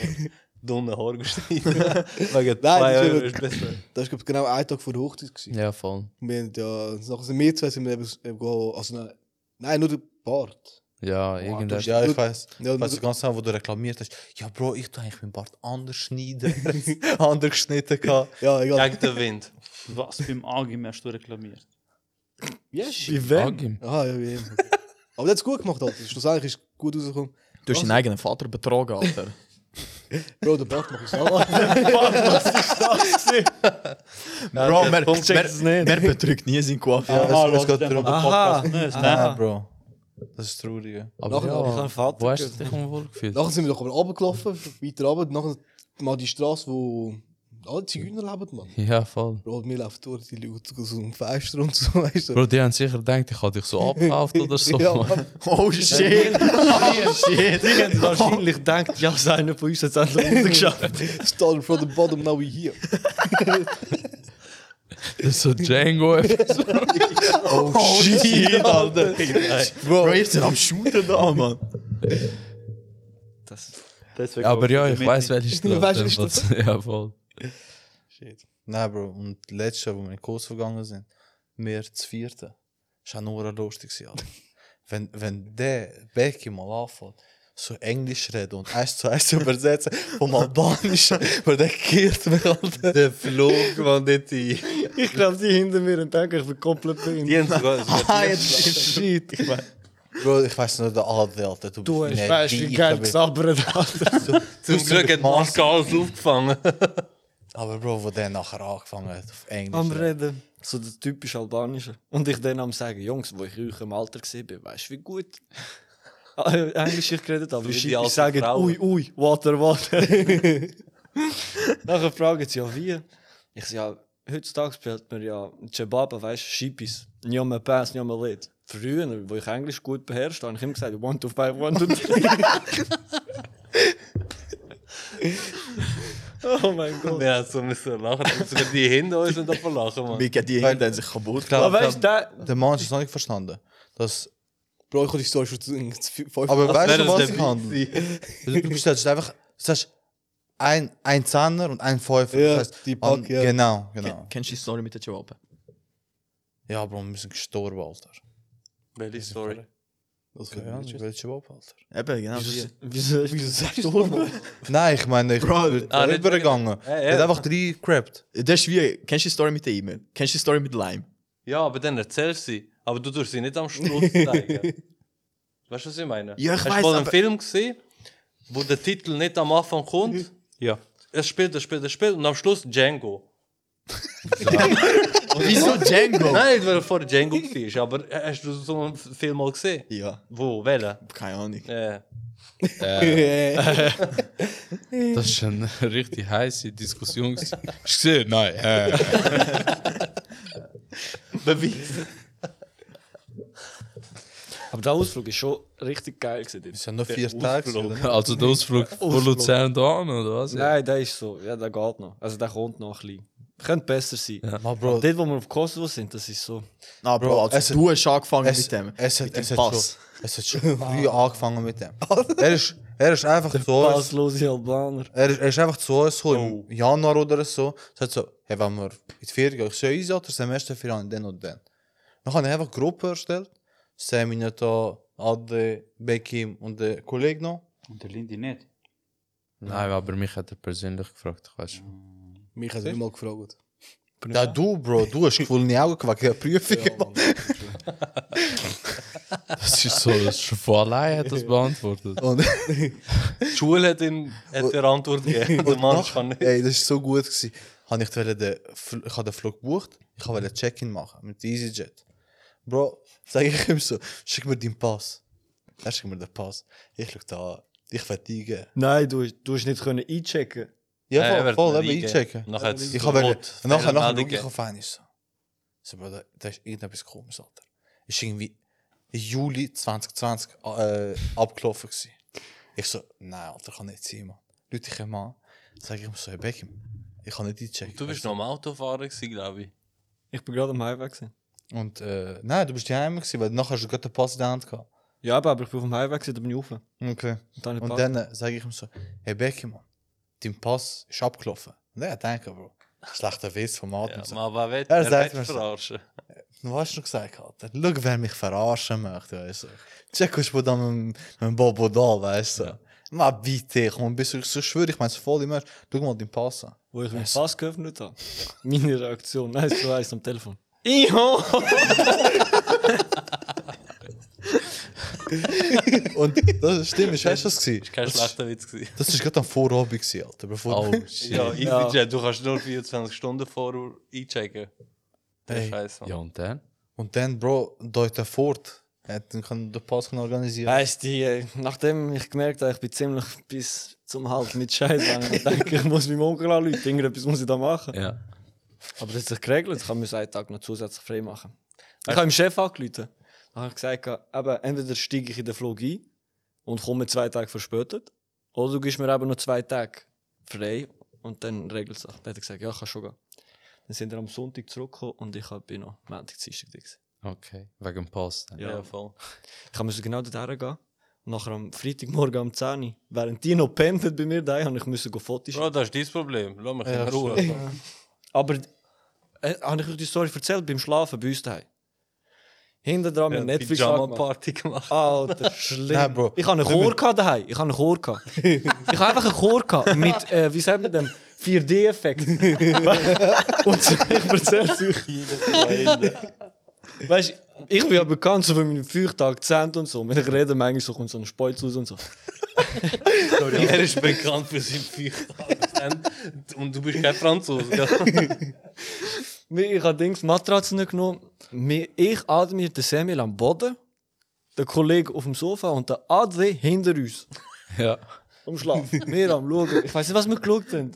Dumme Haare geschnitten. Wegen 2
das ist
Euro
eben-
ist besser.
Das war glaub ich, genau ein Tag vor der Hochzeit. gewesen.
Ja, voll.
Wir haben ja, nachher sind wir zwei, sind wir eben, eben go- also nein, nein, nur der Bart.
Ja, irgendwas.
Ja, ich weiß.
Ja,
Ich weiß die ganze Zeit, wo du reklamiert hast. Ja, Bro, ich tu eigentlich meinen Bart anders schneiden. anders geschnitten. gehabt.
ja, egal.
Gegen den Wind.
Was beim Agim hast du reklamiert?
Bei wem?
Agim.
Aha, Ah, ja, Oh, wie immer. Aber das hat gut gemacht, Alter. Schlussendlich ist es gut rausgekommen.
Du hast deinen eigenen Vater betrogen, Alter.
Bro, der Bart macht es auch.
Bro,
der
mer,
Punkt
mer,
checkst
mer, betrügt nie seinen Coiffeur.
Ah,
es geht
lass
darum,
Aha!
Ah, Bro. Das ist traurig. ja.
Aber
Nachher hab ich
ja,
einen Vater
wo hast du dich wohl gefühlt?
Nachher sind wir doch aber runtergelaufen, weiter runter. Nachher mal die Straße, wo alle Zigeuner leben, Mann.
Ja, voll.
Bro, wir laufen durch, die Leute so ein Fest und so, weißt du.
Bro, die haben sicher gedacht, ich habe dich so abgekauft oder so.
ja,
Mann.
Mann.
Oh shit! oh shit!
Die haben wahrscheinlich gedacht, ja, so einer von uns hat es endlich rausgeschafft.
Starting from the bottom, now we here.
Das ist so Django.
Oh shit, Alter! Bro, ihr seid am Shooten da, Mann!
Deswegen
Aber ja, ich weiß, welches du
Weißt du, welches
Ja, voll.
Shit.
Nein, Bro. Und das letzte, wo wir in den Kurs gegangen sind, wir zu vierten. Das war auch nur lustig. gewesen, Alter. wenn, wenn der Becky mal anfängt, so Englisch reden und eins zu eins übersetzen, vom Albanischen, weil der killt mich, Alter. Der flog, man, nicht die.
Ich glaube, die hinter mir und denken, ich bin komplett
Die
blind.
haben sogar. sogar
Ah,
die-
Shit, ich mein,
Bro, ich weiß nur, der Ade, Alter. Du,
du
bist
hast,
nicht
weißt wie
deep,
geil
aber-
gesabbert hat.
Zum Glück hat Mark alles aufgefangen.
Aber Ah, Bro, wo der nachher angefangen hat, auf Englisch.
Am
ja.
Reden. So der typisch Albanische. Und ich dann am sagen, Jungs, wo ich euch im Alter gesehen bin, weißt du, wie gut äh, Englisch ich geredet habe.
So
Wie
wie die
shit ich
alten
sage,
Frauen.
ui, ui, water, water. Nachher fragen sie ja, wie? Ich sage, ja, heutzutage spielt man ja Cebaba, weißt du, Shippies. Nicht mehr Pass, nicht mehr Lied. Früher, wo ich Englisch gut beherrscht habe, habe ich immer gesagt, one to five, one to three. oh mein Gott.
Wir haben so müssen lachen. Sogar die hinter uns sind davon lachen, Mann.
Mika, die Hände haben sich kaputt
Klar,
Aber
klar,
weißt du, der-
der Mann hat es noch nicht verstanden. Ah, Das,
Bro, ich habe die Story schon zu- zu fünf
aber weißt du,
wäre
was
es
ich
der
handle? Du du bestellst einfach, du sagst, ein, ein Zahner und ein Pfeifer.
Ja,
das heißt,
die Pack,
an-
ja.
Genau, genau.
Kennst du die Story mit der Jawab?
Ja, Bro, wir sind gestorben, Alter.
Welche Story?
Was für
Keine
ein
Ahnung,
Mensch?
welcher Job, Alter?
Eben, genau. die.
Wieso,
Wieso sagst du das, Mann?
Nein, ich meine, ich
eh,
bin
Ah, nicht-
übergegangen.
Ja, ja.
Er hat einfach drei gegrabt.
Das ist wie, kennst du die Story mit der E-Mail? Kennst du die Story mit Lime?
Ja, aber dann erzähl sie. Aber du tust sie nicht am Schluss zeigen. weißt du, was ich meine?
Ja, ich
Hast
weiß,
du mal einen
aber-
Film gesehen, wo der Titel nicht am Anfang kommt?
Ja.
Es spielt, es spielt, es spielt und am Schluss Django.
Wieso Django?
Nein, nicht, weil er vor Django war, aber hast du so einen Film mal gesehen?
ja,
Wo? Welchen?
keine Ahnung.
Äh,
Das ist eine richtig heiße Diskussion. gewesen. Hast du gesehen? Nein. Äh.
Aber der Ausflug ist schon richtig geil. Gewesen,
Es sind nur vier Tage. oder?
Also der Ausflug von Luzern da an, oder was?
Nein, der ist so. Ja, der geht noch. Also der kommt noch ein bisschen.
Ich
Könnte besser sein.
Maar Bro,
Dort, wo wir auf Kosovo sind, das ist so.
Na, Nou, Bro,
Bro,
also
es-
du hast angefangen
es,
mit dem.
es, hat,
mit dem
es, hat schon,
Pass.
es hat schon früh angefangen mit dem. Er ist, er ist einfach zu uns.
Passlose Albaner.
Er ist, er ist einfach zu uns gekommen, im Januar oder so. Es hat so, hey, wenn wir in die Ferien gehen, ich so, easy, oder Semesterferien, dann und dann. Dann habe ich einfach eine Gruppe erstellt. Sammy, Nata, Ade, Becky und der Kollege noch.
Und der Lindy nicht.
Nein, aber mich hat er persönlich gefragt, weißt du.
Mich hat er nicht mal gefragt.
Ja, du, Bro, du hast gewollt Augen geweckt, ja, Prüfung.
Ja, Mann.
Das ist so, das ist schon von allein hat das beantwortet.
Und,
Die Schule hat, ihn, hat er Antwort gegeben. Der Mann
Nach,
kann nicht.
ey, das war so gut. Gewesen. Habe ich, wollte den, Fl- ich habe den Flug gebucht, ich wollte Check-in machen mit EasyJet. Bro, sage ich ihm so, schick mir deinen Pass. Er schickt mir den Pass. Ich schaue da an, ich will eingehen.
Nein, du, du hast nicht können einchecken.
Äh,
Ja,
er
voll,
wird
voll,
nicht
eben
eingehen.
einchecken.
Nachher hat es
Ich habe
Verbot,
nachher, nachher, nachher
Fehlermeldung
schaue ich auf einen so. so Bro, da, da ist irgendetwas komisch, Alter. Ist irgendwie im Juli 2020 äh, abgelaufen gewesen. Ich so, nein, Alter, kann nicht sein, Mann. Leute, ich ihm an, sage ich ihm so, hey Beckham, ich kann nicht einchecken.
Du bist noch am Autofahren, glaube ich.
Ich bin gerade am Highway gewesen.
Und äh, nein, du bist daheim gewesen, weil nachher hast du gerade den Pass in der Hand gehabt.
Ja, aber ich bin auf dem Highway gewesen, da bin ich rauf. Und
Okay.
dann
Und dann äh, sage ich ihm so, hey Becky, Mann, dein Pass ist abgelaufen. Und er denkt, Bro, schlechter Witz vom Atem.
Ja,
so.
aber wer will,
Er
er
sagt
will
mir so.
verarschen.
Was hast du gesagt, Alter? Schau, wer mich verarschen möchte, weißt du. Check ist da mit, mit Bobo da, weißt du. Ma bitte, komm, bist du so schwör, ich mein's voll im Ernst. Schau mal den Pass an.
wo ich meinen
Yes.
Pass geöffnet habe. Meine Reaktion, nein, so eins am Telefon. Iho!
Und das stimmt, ich weiß was gewesen.
Ist kein schlechter Witz gewesen.
Das ist gerade am Vorabend gewesen, Alter. Bevor
Oh, shit.
Ja, EasyJet, du kannst nur 24 Stunden vorher einchecken. Der
Hey.
Scheiß, Mann.
Ja, und dann?
Und dann, Bro, deut er fort. Er hat- dann kann den Pass können organisieren.
Weißt du, äh, nachdem ich gemerkt habe, ich bin ziemlich bis zum Halt mit Scheiß gegangen, ich denke, ich muss meinem Onkel anrufen, irgendetwas muss ich da machen.
Ja.
Aber das hat sich geregelt, ich kann mir einen Tag noch zusätzlich frei machen. Ich habe meinem Chef angerufen. Dann habe ich gesagt, eben, entweder steige ich in den Flug ein und komme zwei Tage verspätet, oder du gibst mir eben noch zwei Tage frei und dann regelt es sich. Dann hat er gesagt, ja, kann schon gehen. Dann sind wir am Sonntag zurückgekommen und ich bin noch Montag, Dienstag da. gewesen.
Okay, wegen dem Pass. Dann.
Ja, voll.
Ich musste genau dorthin gehen. Und nachher am Freitagmorgen um 10 Uhr, während die noch pennt hat bei mir daheim, habe ich müssen go Fotos
Bro, das ist dein Problem. Lass mich
Ja,
in Ruhe.
Aber äh, habe ich euch die Story erzählt beim Schlafen bei uns daheim? Hinter dran
Wir
mit
haben
Netflix angemacht.
Pyjama-Party gemacht.
Alter, schlimm.
Nein, Bro.
Ich habe einen Chor gehabt daheim. Ich habe einen Chor gehabt. ich habe einfach einen Chor gehabt mit, äh, wie sagt man dem, 4D-Effekt. Und so, ich erzähle es euch. Weißt du, ich bin ja bekannt so für meinen feuchten Akzent und so. Wenn ich rede, manchmal so kommt so ein Spalt raus und so.
er ist bekannt für seinen Feuchtakzent. Und du bist kein Franzose. gell?
Mir- Ich habe Dings Matratzen nicht genommen. Mir- Ich atme den Samuel am Boden, der Kollege auf dem Sofa und der Adri hinter uns.
Ja.
Am Schlaf. Wir am Schauen. Ich weiß nicht, was wir geschaut haben.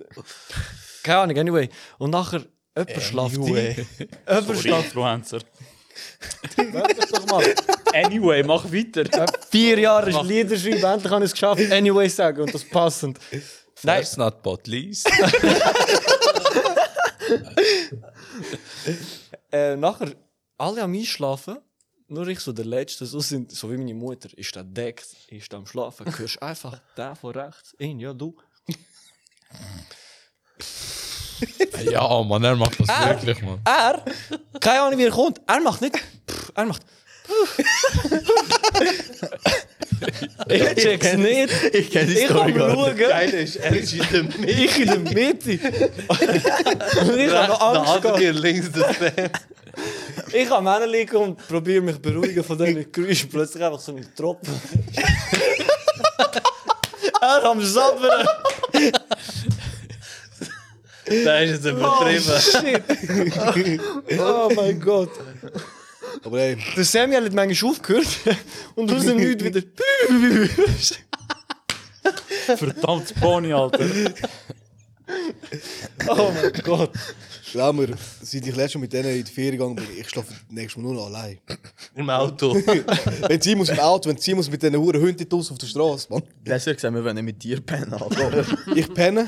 Keine Ahnung, anyway. Und nachher, jemand schlaft ein. Jemand schlaft.
Influencer.
Warte doch mal.
Anyway, mach weiter.
Vier Jahre ist Lieder schreiben, endlich habe ich es geschafft. Anyway sagen und das passend. Nein,
First not but least.
äh, nachher, alle am Einschlafen, nur ich so der Letzte, so, sind, so wie meine Mutter, ist da deckt, ist da am Schlafen, hörst einfach den von rechts, ihn, ja du.
ja, Mann, er macht das wirklich, Mann.
Er, keine Ahnung wie er kommt, er macht nicht, pff, er macht. ich check's nicht,
Ich kenne die
ich kann
Story gar nicht.
schauen,
Einer ist, er ist in der Mitte.
ich in der Mitte. Und ich habe noch
Der
Angst
andere
gehabt.
geht links der Sam.
Ich am Ende liegen und probiere mich beruhigen von diesen Geräuschen. Plötzlich einfach so ein Tropfen. er am Sabbern.
Da ist es übertrieben.
shit. oh Dus mein Gott.
Aber ey,
Der Samuel hat manchmal aufgehört und aus dem Nichts wieder...
Verdammt Pony, Alter.
Oh mein Gott.
glaub mir, seit ich letztes Mal mit denen in die Ferien gegangen bin, ich schlafe nächstes Mal nur noch allein.
Im Auto.
Wenn sie muss im Auto, wenn sie muss mit diesen Huren Hunden draussen auf der Straße, Mann.
Das wird gesagt, wir wollen nicht mit dir pennen, Alter.
Ich penne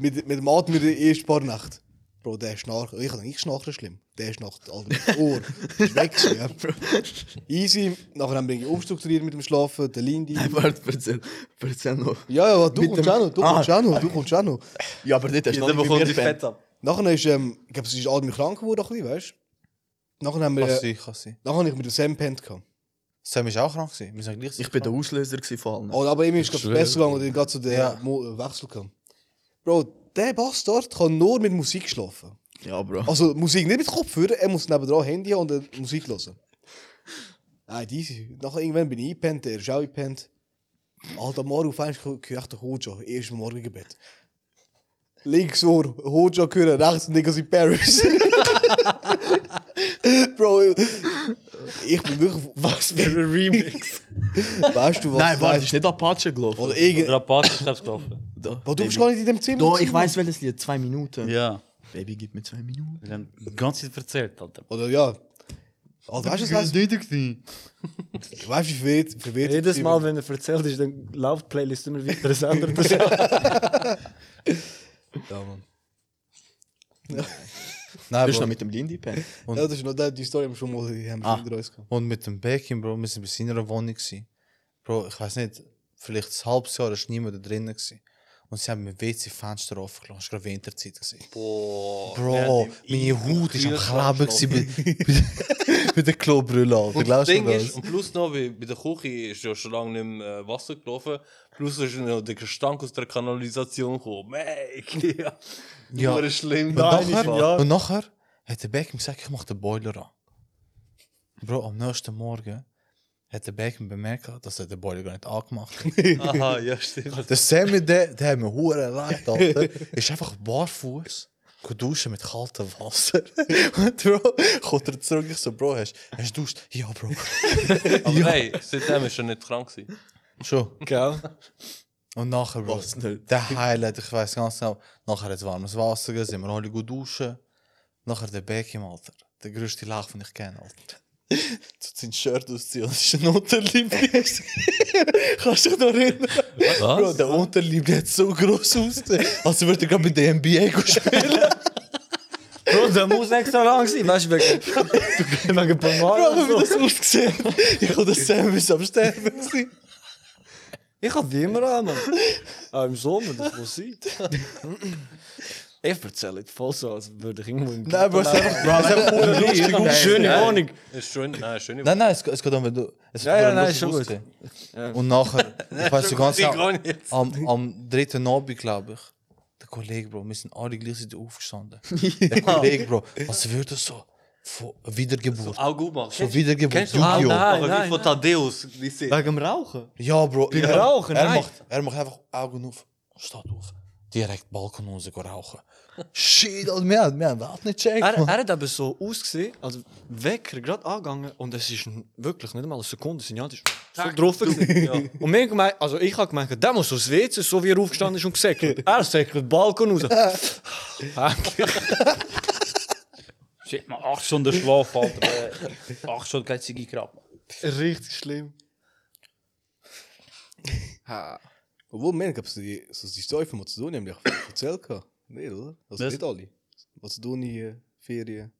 mit, mit dem Atmen die erste eh paar Nacht. Bro, der schnarcht. Ich dachte, ich schnarche schlimm. Der schnarcht also mit dem Ohr. Ist weg. gewesen, Ja. Easy. Nachher bin ich umstrukturiert mit dem Schlafen, der Lindy.
Nein, warte, erzähl, erzähl noch.
Ja, ja, du
Mit
kommst
dem-
auch noch, du
Ah.
kommst auch noch, du kommst auch noch.
Ja, aber dort hast du noch nicht bei mir gefällt.
ab.
Nachher ist, ähm, ich glaube, es ist Admi krank geworden, auch ein bisschen, weißt du? Nachher haben wir,
Kann
äh,
sein, kann sein.
nachher habe ich mit dem Sam pennt. gehabt.
Sam ist auch krank gewesen. Wir sind gleich
Ich bin der
krank.
Auslöser gewesen von allen.
Oh, aber ihm ist es
schwöre.
besser gegangen, als ich gerade zu dem
Ja.
Mo- äh, Wechsel kam. Bro, der Bastard kann nur mit Musik schlafen.
Ja, Bro.
Also Musik nicht mit Kopfhörer, er muss nebenan Handy haben und dann Musik hören. Nein, die, nachher irgendwann bin ich eingepennt, er ist auch eingepennt. Alter, morgen auf einmal höre ich den Hoja, erst am Morgengebet. Links Ohr, Hoja hören, rechts Niggas in Paris. Bro, ich bin wirklich... Was für ein Remix. weißt du was?
Nein, warte, ist nicht Apache gelaufen.
Oder irgend...
Der Apache ist selbst gelaufen.
Da,
Bro, du
Baby.
bist gar nicht in dem Zimmer.
Da, ich
gewesen.
weiß welches Lied, zwei Minuten.
Ja.
Baby, gib mir zwei Minuten.
Wir haben die ganze Zeit erzählt, Alter.
Oder eh, ja. Alter, weißt du, was heißt? Weißt du, wie verwirrt, verwirrt
Jedes
ich
Mal,
bin?
wenn er erzählt ist, dann läuft die Playlist immer weiter ein anderes.
Nein,
Bist
Bro.
du noch mit dem Lindy pen?
wenn-
Ja, das ist noch die- die Story, haben wir schon mal die haben wir
Ah.
schon hinter uns gehabt.
Und mit dem Becky, Bro, wir sind bei seiner Wohnung. Gewesen. Bro, ich weiß nicht, vielleicht ein halbes Jahr ist niemand da drinnen. Gewesen. Und sie haben mir WC-Fenster aufgelassen. Es war gerade Winterzeit. Gewesen.
Boah.
Bro, meine Haut ist am
Kühlschrank
Kleben gewesen bei, bei, bei der Klobrille.
Und das
Glaubst du
Ding
das?
ist, und plus noch, bei, bei der Küche ist ja schon lange nicht mehr äh, Wasser gelaufen. Plus ist noch der Gestank aus der Kanalisation gekommen. Mei, ja.
Ja.
Nur schlimm.
Und
Nein, ist im
nachher,
Jahr.
und nachher hat der Beckham gesagt, ich mach den Boiler an. Bro, am nächsten Morgen hat der Beckham bemerkt, dass er den Boiler gar nicht angemacht hat.
Aha, ja, stimmt.
der Sammy, der, der hat mir hure leid, Alter. Ist einfach barfuß. Go duschen mit kaltem Wasser. Und Bro, kommt er zurück, ich so, Bro, hast hast du duscht? Ja, Bro.
Aber nein, seitdem ist er nicht krank gewesen.
Schon.
Gell?
Und nachher, Oh, nou, Bro,
Was nicht?
der Highlight, ich weiß ganz genau, nachher hat warmes Wasser, gegeben, sind wir alle gut duschen. Nachher der Beck im Alter, der größte Lach, den ich kenne, Alter. Tut sein Shirt dus ausziehen, das ist ein Unterlieb. Kannst du dich noch erinnern? Bro, der Unterlieb, der hat so gross ausgesehen, als würde er gerade mit der NBA spielen.
Bro, der muss extra lang sein. Weißt du, wegen, wegen
Bro, aber
Pomade
wie
und
das
so.
ausgesehen hat. Ich habe das Sam ist am Sterben. gewesen.
Ich hab die immer an, Mann. Auch Ah, im Sommer, das muss sein. Ich erzähle jetzt voll so, als würde ich irgendwo im
Nein, Bro, es ist einfach es ist einfach unlustig
Eine schöne
ausgesehen.
Wohnung.
Ist schön, nein, schöne
Nein, nein, es, es geht um, wenn du. Es
Ja, ja,
nur
nein,
lustig
ist schon gut.
ausgesehen. Und nachher, ich weiß die ganze Zeit, am, am dritten Abend, glaube ich, der Kollege, Bro, wir sind alle gleichzeitig aufgestanden. Der Kollege, Bro, was wird das so? Von Wiedergeburt.
Auch gut machen.
So Wiedergeburt,
Kennst du auch
Yu-Gi-Oh!
Nein,
Aber
nein,
Oh, wie von Thaddeus. die Serie.
Wegen dem Rauchen?
Ja, Bro,
Beim
ja.
Rauchen,
er
nein.
macht, er macht einfach Augen auf, steht auf, direkt Balkon raus, geht rauchen. Shit, und wir haben, wir haben das nicht gecheckt.
Er,
Mann.
er hat eben so ausgesehen, also Wecker gerade angegangen und es ist n- wirklich nicht mal eine Sekunde, seine Hand ist so drauf. gewesen. Und wir haben gemeint, also ich habe gemerkt, der muss aus WC, so wie er aufgestanden ist und gesäckelt. Er säckelt den Balkon raus. Ah.
Shit, man, 8 Stunden Schlaf, Alter. 8 Stunden kein Ziggy gerappt.
Richtig schlimm.
Obwohl, man, gab es die, so die Story von Mazedonien, die ich vorhin erzählt habe. Nicht, oder? Also
Was?
nicht alle. Mazedonien, Ferien,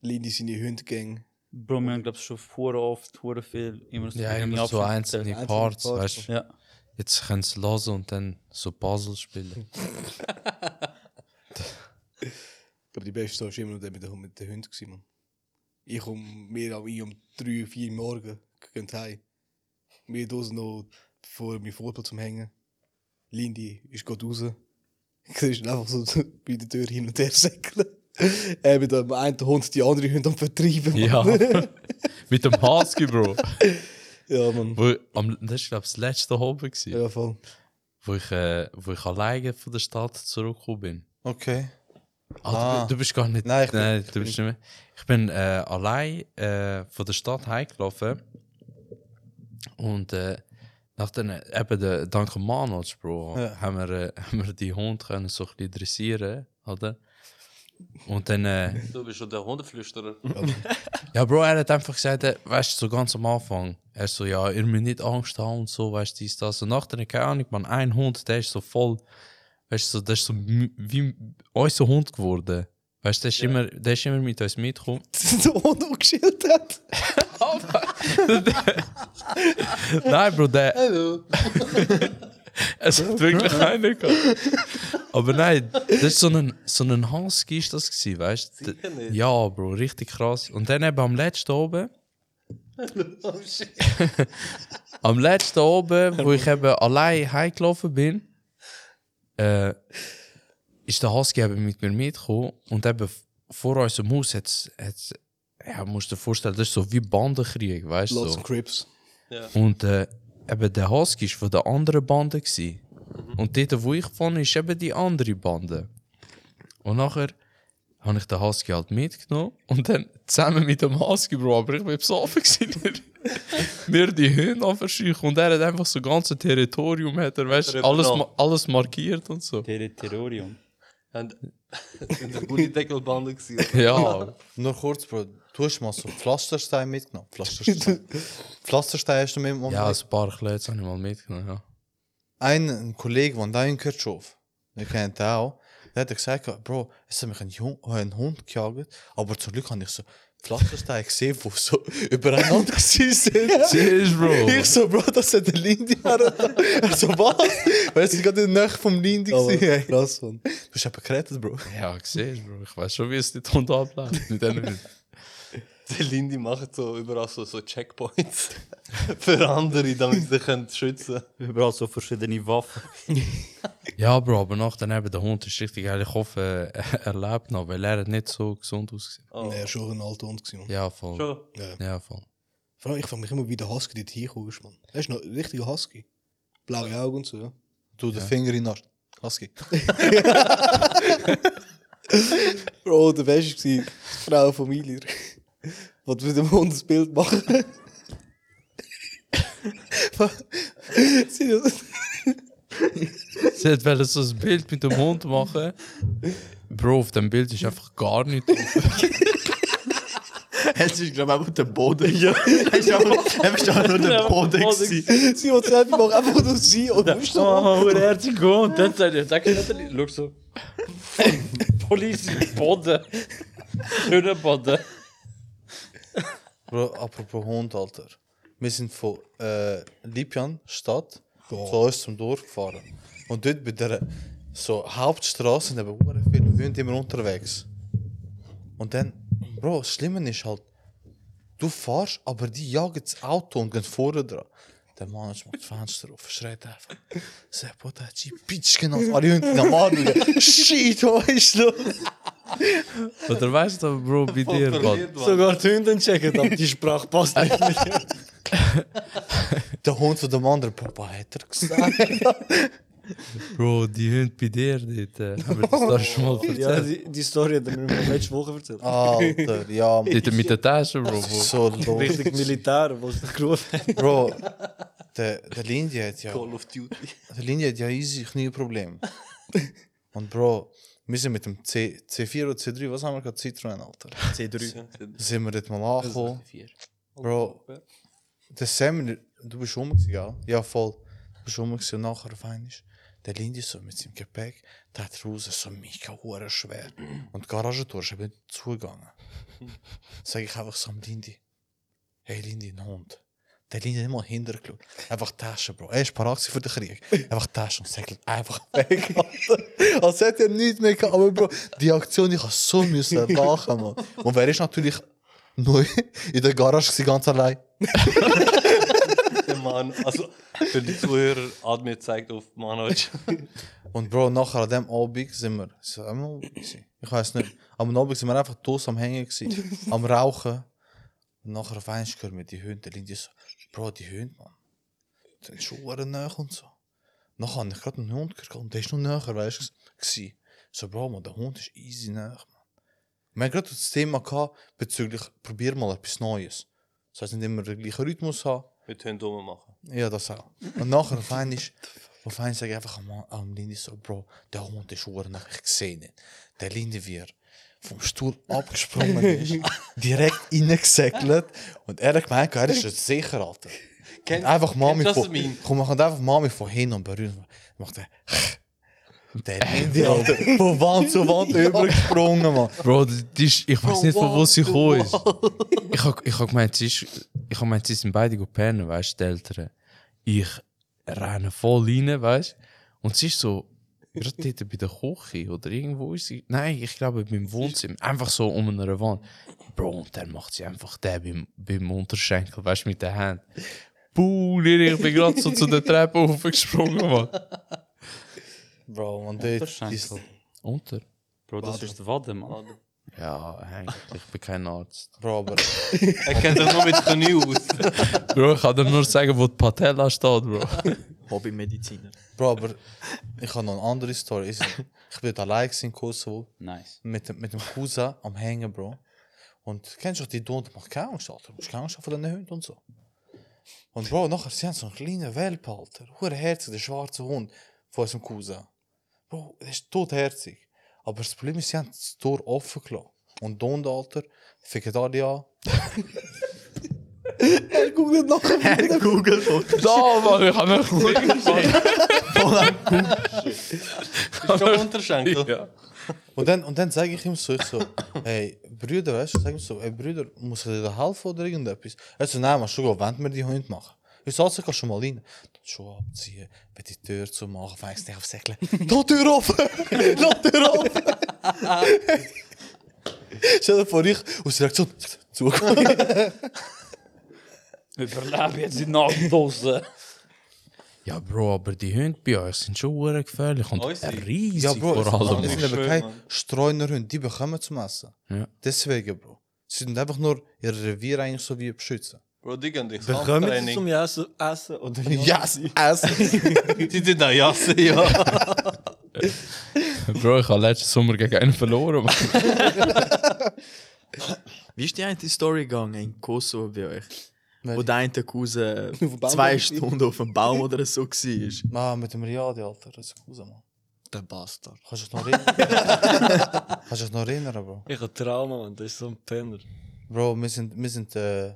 Lindy seine Hundegang.
Bro, wir haben, glaube ich, schon vor oft, vor viel, immer so
Ja, immer so einzelne
Einzelne
Parts,
Parts.
weißt du.
Ja.
Jetzt können sie hören und dann so Puzzle spielen.
Ich glaube, die beste Story war immer noch der mit den Hund- mit den Hunden. gewesen, Mann. Ich um mehr als ich um 3, 4 Uhr morgen gehen heim. Mir draußen noch vor meinem Vorbild zum Hängen. Lindy ist gerade raus. Ich sehe ihn einfach so bei der Tür hin und her säckeln. Er mit dem einen Hund die andere Hunde am Vertreiben.
Ja.
Mann.
Mit dem Husky, Bro.
ja, Mann.
Wo, am, das war, glaube ich, das letzte Hobby, gewesen,
Ja, voll.
wo, ich, äh, wo ich alleine von der Stadt zurückgekommen bin.
Okay.
Ah, du
Ah.
bi- Du, bist gar nicht.
Nein, ich bin-
du bist nicht mehr. Ich bin äh, allein äh, von der Stadt heimgelaufen. Und äh, nach den, eben der, dank dem Manoj, Bro,
Ja.
haben, wir, äh, haben wir die Hund können so ein bisschen dressieren, oder? Und dann, äh,
Du bist schon der Hundeflüsterer.
ja, Bro, er hat einfach gesagt, äh, weißt du, so ganz am Anfang, er so, ja, ihr müsst nicht Angst haben und so, weißt du, dies, das. Und nachher, keine Ahnung, man, ein Hund, der ist so voll Weißt du, so, das ist so m- wie unser Hund geworden. Weißt du, der, ist immer- der ist immer mit uns mitgekommen.
Der Hund umgeschielt hat.
Nein, Bro, der. es hat wirklich keiner gehabt. Aber nein, das ist so ein, so ein Husky ist das gewesen, weißt du? Ja, Bro, richtig krass. Und dann eben am letzten oben. am letzten oben, wo ich eben allein heimgelaufen bin, äh, ist der Husky eben mit mir mitgekommen und eben vor unserem Haus hat's, hat's, ja, musst du dir vorstellen, das ist so wie Bandenkrieg, weißt du?
Lots
So.
of Crips.
Und äh, eben der Husky war von der anderen Bande. gsi
Mhm.
Und dort, wo ich gefahren ist eben die andere Bande. Und nachher habe ich den Husky halt mitgenommen und dann zusammen mit dem Husky, Bro, aber ich war besoffen, gewesen, mir mir die Hunde anverscheucht und er hat einfach so ganze Territorium, hat er, weißt,
er
alles,
übernommen.
ma- alles markiert und so.
Territorium.
Und in der Gullideckelbande gewesen.
Ja,
Nur kurz, Bro. Du hast mal so Pflasterstein mitgenommen. Pflasterstein. Pflasterstein hast du mit
ja, ein paar Klötze habe ich mal mitgenommen, ja.
ein, ein Kollege von deinem Kirchhof, wir kennen den auch, der hat gesagt, Bro, es hat mich ein, Jung, äh, ein Hund gejagt, aber zum Glück habe ich so Pflastersteine gesehen, die so übereinander gewesen sind.
Serious, Bro.
Ich so, Bro, das hat der Lindy hergetan. Er so, was? Weißt du, gerade in der Nähe vom Lindy gesehen. Du
Krass, Mann.
hast eben gerettet, Bro.
Ja, siehst du, Bro. Ich weiß schon, wie es dort unten abläuft. Mit denen-
Der Lindy macht so überall so, so Checkpoints für andere, damit sie sich schützen können.
Überall so verschiedene Waffen.
Ja, Bro, aber nach daneben, der Hund ist richtig geil. Ich hoffe, er er lebt noch, weil er hat nicht so gesund ausgesehen.
Oh.
Er war schon ein alter Hund. gewesen, Mann.
Ja, voll.
Schon.
Ja, voll.
Vor allem, ich frage mich immer, wie der Husky dort hingekommen ist, Mann. Er ist noch ein richtiger nou Husky. Blaue Augen und so, ja.
Du, den Finger in den Arsch. Husky.
Bro, der Beste war die Frau von Milir. Wollte mit dem Hund ein Bild machen. Sie-
Sie wollte so ein Bild mit dem Hund machen. Bro, auf dem Bild ist einfach gar nichts. drauf.
Es ist, glaube ich, einfach der Boden. Ja. Es ist einfach, einfach nur der Boden. gewesen.
Sie wollte selber machen, einfach nur sie und du so.
Oh, hoe er te gaan. Und dann sagt er, sag ich natürlich, schau so. Polizei, Boden. Schöner Boden.
Bro, apropos Hund, Alter. Wir sind von äh, Lipjan, Stadt, zu uns zum Dorf gefahren. Und dort bei der so Hauptstraße sind eben hure viele Hunde immer unterwegs. Und dann, Bro, das Schlimme ist halt, du fährst, aber die jagen das Auto und gehen vorne dran. Der Mann ist macht das Fenster auf, schreit einfach. Sehr potatschi, Pitschgen auf alle Hunde in der Mann. Shit, weißt du?
Oder weißt du, Bro, bei dir, Mann.
Sogar die Hunde checken, aber die Sprache passt nicht.
Der Hund von dem anderen, Papa, hat er gesagt.
Bro, die Hunde bei dir dort. äh, Haben wir das da schon mal
Ja,
erzählt?
die, die Story hat er mir letzte Woche erzählt.
Alter, ja, Mann.
Dort mit der Tasche, Bro. wo-
So los.
Richtig Militär, was ich gerufen hat.
Bro, der, der Lindy hat ja,
Call of Duty.
der Lindy hat ja easy Knieproblem. Und Bro, wir sind mit dem C, C4 oder C3, was haben wir gerade? Citroën, Alter.
C3.
Sind wir dort mal angekommen. Bro,
Ja.
der Sam, du bist rum, gewesen, gell? Ja, voll. Du bist rum gewesen und nachher auf einmal der Lindy so mit seinem Gepäck, der hat raus, so mega hure schwer. Und die Garagentor ist eben zugegangen. Sag ich einfach so am Lindy, hey Lindy, ein Hund. Der Lindy hat nicht mal hintergeschaut. Einfach Taschen, Bro. Er ist parat gewesen für den Krieg. Einfach Taschen und segelt einfach weg. Alter. Als hätte er nichts mehr gehabt. Aber oh, Bro, die Aktion, ich habe so müssen lachen, Mann. Und wer ist natürlich neu in der Garage gewesen, ganz allein?
Der Mann, also für die Zuhörer, Admir zeigt auf Manoj.
Und Bro, nou nachher an dem Abend sind wir. so, am Abend gewesen? Ich weiß nicht. Am Abend sind wir einfach tot am Hängen, gewesen, am Rauchen. Und nachher auf einmal hören wir die Hunde. Lindy so, Bro, die Hunde, Mann. Die sind schon hure näher und so. Nachher habe ich gerade einen Hund gehört und der ist noch näher, weißt du? gewesen. So, Bro, Mann, der Hund ist easy näher, Mann. Wir haben gerade das Thema gehabt, bezüglich, probier mal etwas Neues. Das heißt, nicht immer den gleichen Rhythmus haben.
Mit Hunden rummachen.
Ja, das auch. Und nachher auf einmal, auf einmal sage ich einfach am, am Lindy so, Bro, der Hund ist urnach, ich sehe ihn. Der Lindy wird vom Stuhl abgesprungen ist, direkt reingesäckelt und er hat gemeint, er ist jetzt sicher, Alter.
Kennt-
einfach Mami
kennst du das
von,
Meme?
komm, wir können einfach Mami von hin und berühren. Macht er, Der Handy, Alter. Von Wand zu Wand übergesprungen, Mann.
Bro, die die ist, ich weiß nicht, von wo sie gekommen ist. Ich hab, ich hab gemeint, sie ist, ich hab gemeint, sie sind beide gepennt, weißt du, die Eltern. Ich renne voll rein, weißt du. Und sie ist so, gerade dort bei der Küche oder irgendwo ist sie, nein, ich glaube beim Wohnzimmer, einfach so um eine Wand. Bro, und dann macht sie einfach den beim, beim Unterschenkel, weißt du, mit der Hand. Buh, Lili, ich bin gerade so zu der Treppe hochgesprungen, Mann.
Bro, man, der ist.
Unterschenkel.
Unter?
Bro, das ist der Wade, Mann.
Ja, eigentlich, ich bin kein Arzt.
Bro, aber.
Er kennt sich nur mit Knie aus.
Bro, ich kann dir nur sagen, wo die Patella steht, Bro.
Hobbymediziner.
Bro, aber ich habe noch eine andere Story. Ich, ich bin dort allein gewesen in Kosovo
Nice.
mit, dem- mit dem Cousin am Hängen, Bro. Und kennst du die Dont, macht keine Angst, Alter. Du musst keine Angst haben vor den Hunden und so. Und Bro, nachher, sie haben so einen kleinen Welpen, Alter. Hurenherzig, der schwarze Hund von unserem Cousin. Bro, der ist totherzig. Aber das Problem ist, sie haben das Tor offen gelassen. Und Dont, Alter, Vegetarier.
Er googelt noch
Er googelt und
Da, Mann, ich habe mich
Ist schon Unterschenkel.
Ja.
Und dann, und dann sage ich ihm so, ich so, hey, Brüder, weißt du, sag ihm so, hey, Brüder, muss ich dir da helfen oder irgendetwas? Er so, nein, man, schon gut, wenn wir die Hunde machen. Ich so, also, kannst du mal rein. Die Schuhe abziehen, wenn die Tür zu machen, fängst du nicht auf Säckle. Da Tür offen! Da Tür offen! Stell dir vor, ich aus der Reaktion zugekommen.
Überlebe jetzt in Nachtdose.
ja, Bro, aber die Hunde bei euch sind schon hure gefährlich und
Unsere?
riesig
Ja, Bro,
vor allem.
es sind
Schön,
aber keine
Mann.
Streunerhunde, die bekommen zum Essen.
Ja.
Deswegen, Bro. Sie sind einfach nur ihr Revier eigentlich so wie beschützen.
Bro, die gehen dich
Bekommen sie
Kampftraining.
zum Essen, Essen oder
Yes! Essen!
Die sind da Jasse, ja.
Bro, ich habe letzten Sommer gegen einen verloren. Mann.
Wie ist die eine Story gegangen in Kosovo bei euch? Wo
Welche?
der eine Cousin
dem Baum
zwei
war.
Stunden auf dem Baum oder so war.
Ah, mit dem Riadi, Alter, das ist cool, Mann.
Der Bastard.
Kannst du dich noch erinnern? Kannst du dich noch erinnern, Bro?
Ich habe Trauma, Mann, das ist so ein Penner.
Bro, wir sind, wir sind äh,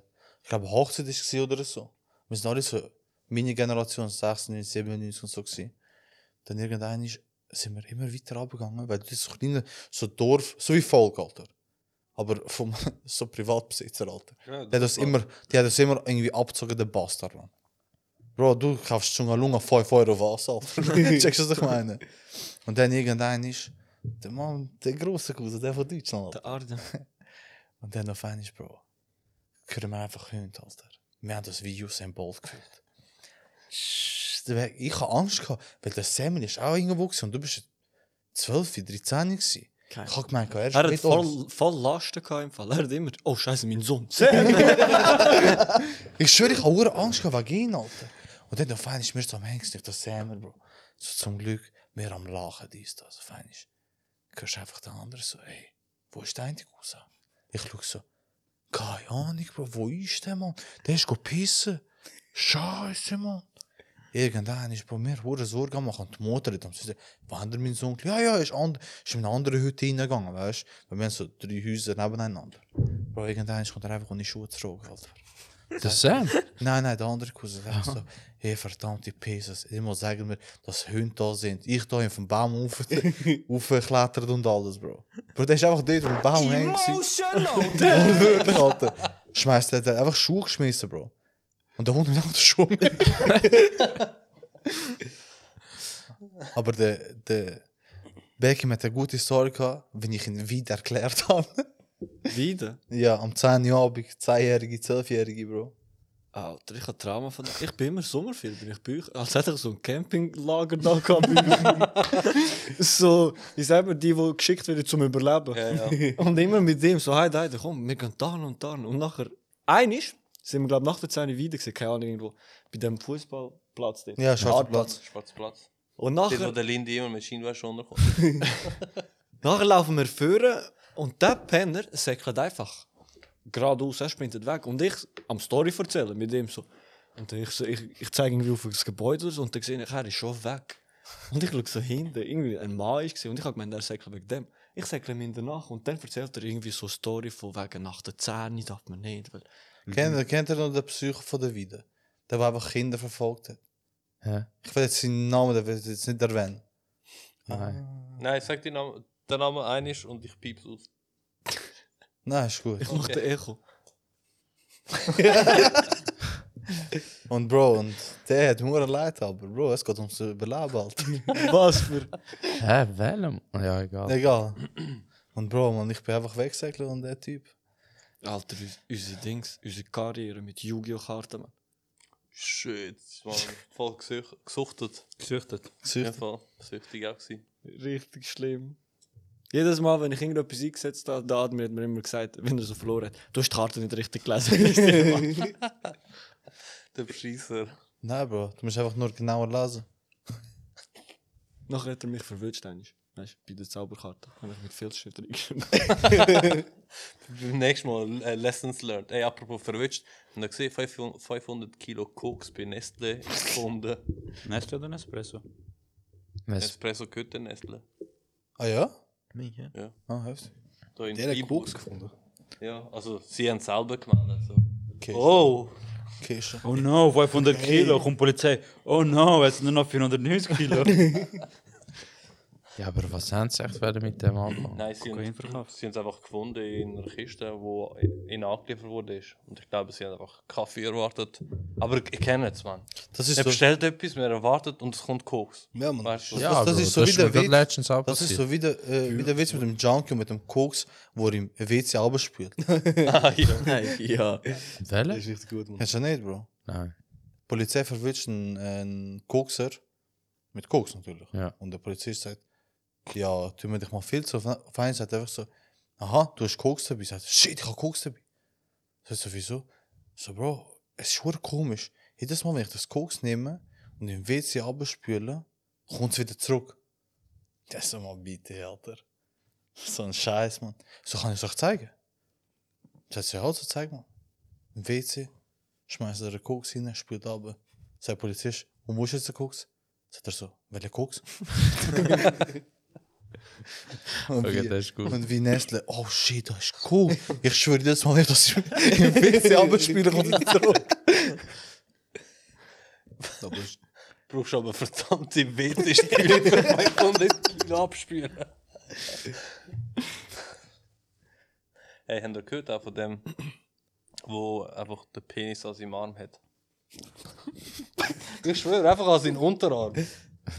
ich glaube, Hochzeit war es oder so. Wir sind alle so, meine Generation, 96, 97 und so. Gewesen. Dann irgendwann ist, sind wir immer weiter abgegangen, weil das ist so ein kleiner, so Dorf, so wie Volk, Alter. Aber vom, so Privatbesitzer, Alter. Die hat uns immer, die hat uns immer irgendwie abgezogen, der Bastard, Mann. Bro, du kaufst schon Lunga 5 Euro was, Alter. Checkst du, was ich meine? Und dann irgendein ist, der Mann, der große Cousin, der von Deutschland, Alter.
Der Arden.
Und dann auf einmal, Bro, hören wir einfach Hunde, Alter. Wir haben das wie Usain Bolt gefühlt. Sch- der Weg- Ich habe Angst gehabt, weil der Samuel ist auch irgendwo gewesen und du bist 12, 13 gewesen.
Kein-
Ich habe gemeint, er ist
Er hat
mit uns.
voll, voll Lasten gehabt im Fall. Er hat immer, oh Scheiße, mein Sohn. Sam!
Ich schwöre, ich habe hure Angst gehabt, was gehen, Alter. Und dann auf einmal ist mir so am Hengst, nicht der Samuel, Bro. So zum Glück, wir am Lachen, dies, das. Auf einmal hörst du einfach den anderen so, ey, wo ist der eine raus? Ich schaue so, keine Ahnung, Bro, wo ist der Mann? Der ist go pissen. Scheiße, Mann. Irgendwann ist bei mir hure Sorge am machen. Und Die Mutter hat am Sonntag gesagt, wann der mein Sohn? Ja, ja, ist, and, ist in eine andere Hütte reingegangen, weißt du? Weil Wir haben so drei Häuser nebeneinander. Bro, irgendwann kommt er einfach ohne Schuhe zurück, Alter.
Der Sam?
Nein, nein, der andere Cousin sagt so, hey, verdammte Pesos, immer sagen mir, dass Hunde da sind. Ich da auf dem Baum rauf- raufgeklettert und alles, Bro. Bro, der ist einfach dort auf dem Baum hängen. Wortwörtlich, Alter. Schmeißt der, der hat einfach Schuhe geschmissen, Bro. Und der Hund hat auch die Schuhe Aber der, der Becky hat eine gute Story gehabt, wenn ich ihn wieder erklärt habe.
Wieder?
ja, am 10. Uhr Abend, 10-Jährige, 12-Jährige, Bro.
Alter, ich habe Ah, Trauma von. Ich bin immer Sommerfilm, bin ich bei euch. Als hätte ich so ein Campinglager da gehabt. bei mir. so, ich sag mal, die, die geschickt werden zum Überleben. Und immer mit dem, so, hey, hey, komm, wir gehen da und da. Und nachher, einisch sind wir, glaube ich, nach der 10 Uhr wieder gesehen, keine Ahnung, irgendwo, bei dem Fußballplatz. dort.
Ja, schwarzer Platz.
Schwarzplatz.
Und
Dort, wo
nachher,
der Lindy immer mit Scheinwäsche
Hm.
runterkommt.
nachher laufen wir führen und der Penner säckelt einfach geradeaus, er sprintet weg. Und ich am Story erzählen mit dem so. Und dann ich, so, ich, ich zeige irgendwie auf das Gebäude oder so, und dann sehe ich, er ist schon weg. Und ich schaue so hinten, irgendwie ein Mann war und ich habe gemeint, er säckelt wegen dem. Ich säckle ihm hinterher und dann erzählt er irgendwie so eine Story von wegen nach der 10 Uhr darf man nicht. Weil
Kennt ihr, kennt ihr noch den Psycho von der Wiede? Der, der einfach Kinder verfolgt hat.
Ja.
Ich will jetzt seinen Namen, der will ich jetzt nicht erwähnen.
Nein.
Nein, sag den Namen, den Namen einisch und ich piep's aus.
Nein, ist gut.
Ich mache den Echo.
Und Bro, und der hat nur leid, aber Bro, es geht ums Überleben, Alter.
Was für.
Hä, welchem? Ja, egal.
Egal. Und Bro, man, ich bin einfach weggesäckelt und der Typ.
Alter, uns- unsere Dings, unsere Karriere mit Yu-Gi-Oh! Karten, man.
Shit, das war voll gesuch- gesuchtet.
Gesüchtet.
Ja,
Sücht.
voll. Süchtig auch gewesen.
Richtig schlimm. Jedes Mal, wenn ich irgendetwas eingesetzt habe, der Admin hat mir immer gesagt, wenn er so verloren hat, du hast die Karte nicht richtig gelesen.
Der Bescheisser.
Nein, Nou, Bro, du musst einfach nur genauer lesen.
Nachher hat er mich verwünscht, eigentlich. Weißt du, bei der Zauberkarte. Habe ich mit Filzschnitt reingeschrieben.
Beim nächsten Mal äh, Lessons learned. Ey, apropos verwünscht. Und dann gesehen 500 500 Kilo Koks bei Nestle gefunden.
Nestle oder Nespresso?
Es-
Espresso gehört der Nestle.
Ah ja?
Mich, ja.
Ah, heftig.
Da in
Der hat
Freiburg.
Koks gefunden.
Ja, also sie haben selber also. gemeldet. So.
Okay.
Oh!
Okay, schon.
Oh no, 500 Kilo, kommt die Polizei. Oh no, jetzt nur noch 490 Kilo.
Ja, aber was haben sie echt wollen mit dem anfangen?
Nein, sie
Kokain
haben,
verkauft.
sie haben es einfach gefunden in einer Kiste, wo ihnen angeliefert wurde. ist. Und ich glaube, sie haben einfach Kaffee erwartet. Aber ich, ich kenne es, man.
Das
Er
ist so,
bestellt etwas, man erwartet und es kommt Koks.
Ja, man.
Weißt du?
Ja,
das
Bro,
ist so wie
mir
der
gerade
Witz.
letztens auch
das ist
passiert.
so wie der, äh, wie der Witz mit dem Junkie und mit dem Koks, wo er im WC abspült.
Nein, ja.
Das
Welcher?
ist richtig gut, man.
Kennst du nicht, Bro?
Nein.
Die Polizei verwünscht einen, einen Kokser. Mit Koks natürlich.
Ja.
Und der Polizist sagt, ja, tun wir dich mal viel zu. Auf einen sagt einfach so, aha, du hast Koks dabei. Sagt, shit, ich hab Koks dabei. Sagt so, wieso? So, Bro, es ist schon komisch. Jedes Mal, wenn ich das Koks nehme und im WC abspüle, kommt es wieder zurück. Das ist mal bitte, Alter. So ein Scheiß, Mann. So kann ich es euch zeigen. Sagt sie, ja, also zeig mal. Im WC schmeißt er den Koks hin, spült ab. Sagt der Polizist, wo muss jetzt der Koks? Sagt er so, welcher Koks? und,
Okay,
wie,
das ist gut.
und wie Nestle, oh shit, das ist cool. Ich schwöre jedes Mal, dass ich im WC abspiele und wieder zurück.
Aber es-
brauchst aber verdammte WC-Spüle für 500 Kilo abspülen. Hey, habt ihr gehört auch von dem, wo einfach den Penis an seinem Arm hat? Ich schwöre, einfach an seinen Unterarm.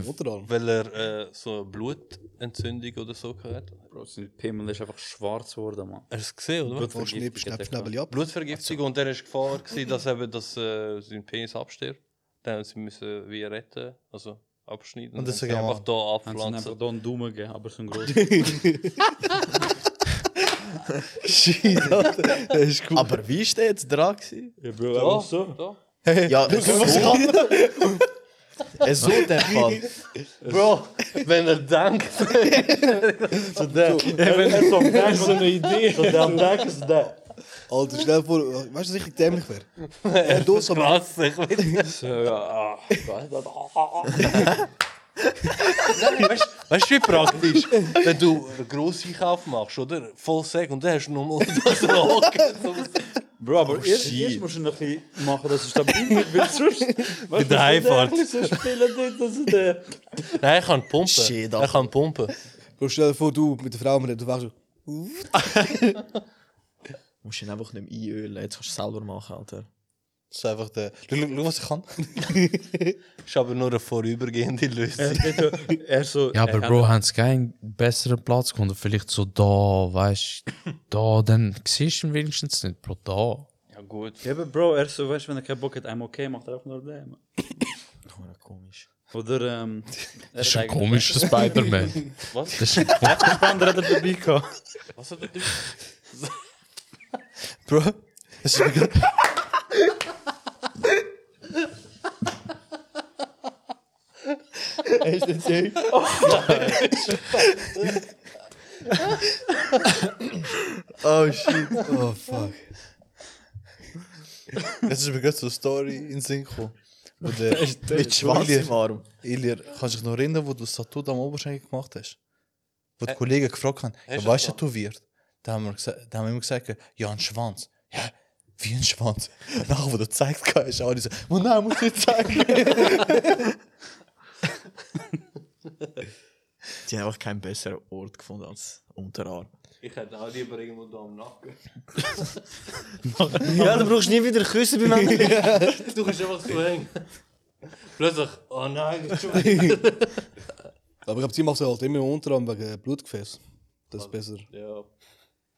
Unterarm.
Weil er äh, so eine Blutentzündung oder so hat.
Bro, sein Pimmel ist einfach schwarz geworden, Mann.
Hast du es gesehen, oder?
Vor Schnipp, Schnapp, Schnabel, ab.
Blutvergiftung und dann war Gefahr, gewesen, dass, eben, dass äh, sein Penis abstirbt. Dann haben sie müssen wie retten, also abschneiden.
Und das
dann
ist egal.
einfach da
Haben sie ihm einfach
abpflanzen.
da einen Daumen gegeben, aber so ein groß.
Shit, Alter. Das ist cool.
Aber wie ist der jetzt dran? gewesen?
Ja, Bro,
Da, da.
Ja, so. Äh, so der Fall.
Bro, wenn er denkt.
So der,
Wenn er so ein so eine Idee
am Deck ist der.
Alter, stell dir vor, weißt du, dass ich richtig dämlich wäre? Er doos am
Was? Ich weiß nicht.
So, ja, ah.
Weißt du, wie praktisch? Wenn du einen grossen Einkauf machst, oder? Voll Säck und dann hast du nochmal das Rocken.
Bro, aber erst, erst musst du noch ein bisschen machen, dass es stabil wird, weil sonst... Bei
der Heimfahrt.
so spielen dort, dass es der...
Nein, ich kann pumpen.
Shit,
ich kann pumpen.
Bro, stell dir vor, du mit der Frau redest, du wachst so.
Du musst ihn einfach nicht mehr einölen. Jetzt kannst du es selber machen, Alter.
Das ist einfach der. Schau, schau, schau, was ich kann.
Ist aber nur eine vorübergehende Lösung.
Er so...
Ja, aber Bro, haben sie keinen besseren Platz gefunden? Vielleicht so da, weißt du? Da, dann siehst du ihn wenigstens nicht, Bro, da.
Ja, gut.
Ja, aber Bro, er so, weißt du, wenn er keinen Bock hat, I'm okay, macht er einfach nur den. Mann.
Hure komisch.
Oder, ähm...
Das ist ein komischer Spider-Man.
Was?
Das ist ein
Andere hat er dabei gehabt.
Was hat er denn?
Bro, es ist mir grad-
Oh shit.
Oh, fuck.
es ist mir gerade so eine Story in den Sinn gekommen. Wo der,
Mit Schwanz im Arm.
Ilir, kannst du dich noch erinnern, wo du das Tattoo da am Oberschenkel gemacht hast? Wo die Kollegen gefragt haben,
hast
ja,
du
weißt du,
das
tätowiert? Da haben wir, gesa- da haben wir immer gesagt, ja, ein Schwanz. Ja, wie ein Schwanz. Nachher, wo du gezeigt hast, alle so, oh nein, muss ich nicht zeigen.
Die haben einfach keinen besseren Ort gefunden als Unterarm.
Ich hätte auch lieber irgendwo da am Nacken.
Ja, du brauchst nie wieder küssen beim Ende.
Du kannst einfach so hängen. Plötzlich, oh nein, schon wieder.
Aber ich glaube, sie macht es halt immer im Unterarm wegen Blutgefäß. Das ist besser.
Ja.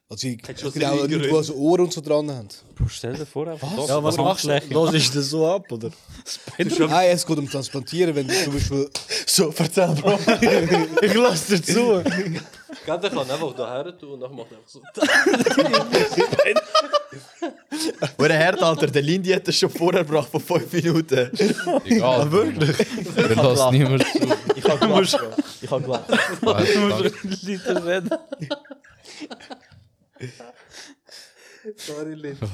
Also, sie es
schon
gibt auch
seine
Leute, die
Gründe.
also Ohren und so dran haben.
Bro, stell dir vor, einfach
Ja, was machst du? Los ist das so ab, oder?
Nein, es geht um Transplantieren, wenn du zum Beispiel.
So, erzähl, Bro.
Ich lass dir zu.
Gell, der kann einfach daher tun und dann macht er einfach so.
Wo der Herd, Alter, der Lindy hat das schon vorher gebracht, vor 5 Minuten.
Egal. Ja, wirklich? Wir lassen niemand zu.
Ich hab gelacht, Bro. Ich hab gelacht.
Weißt du,
Liter reden.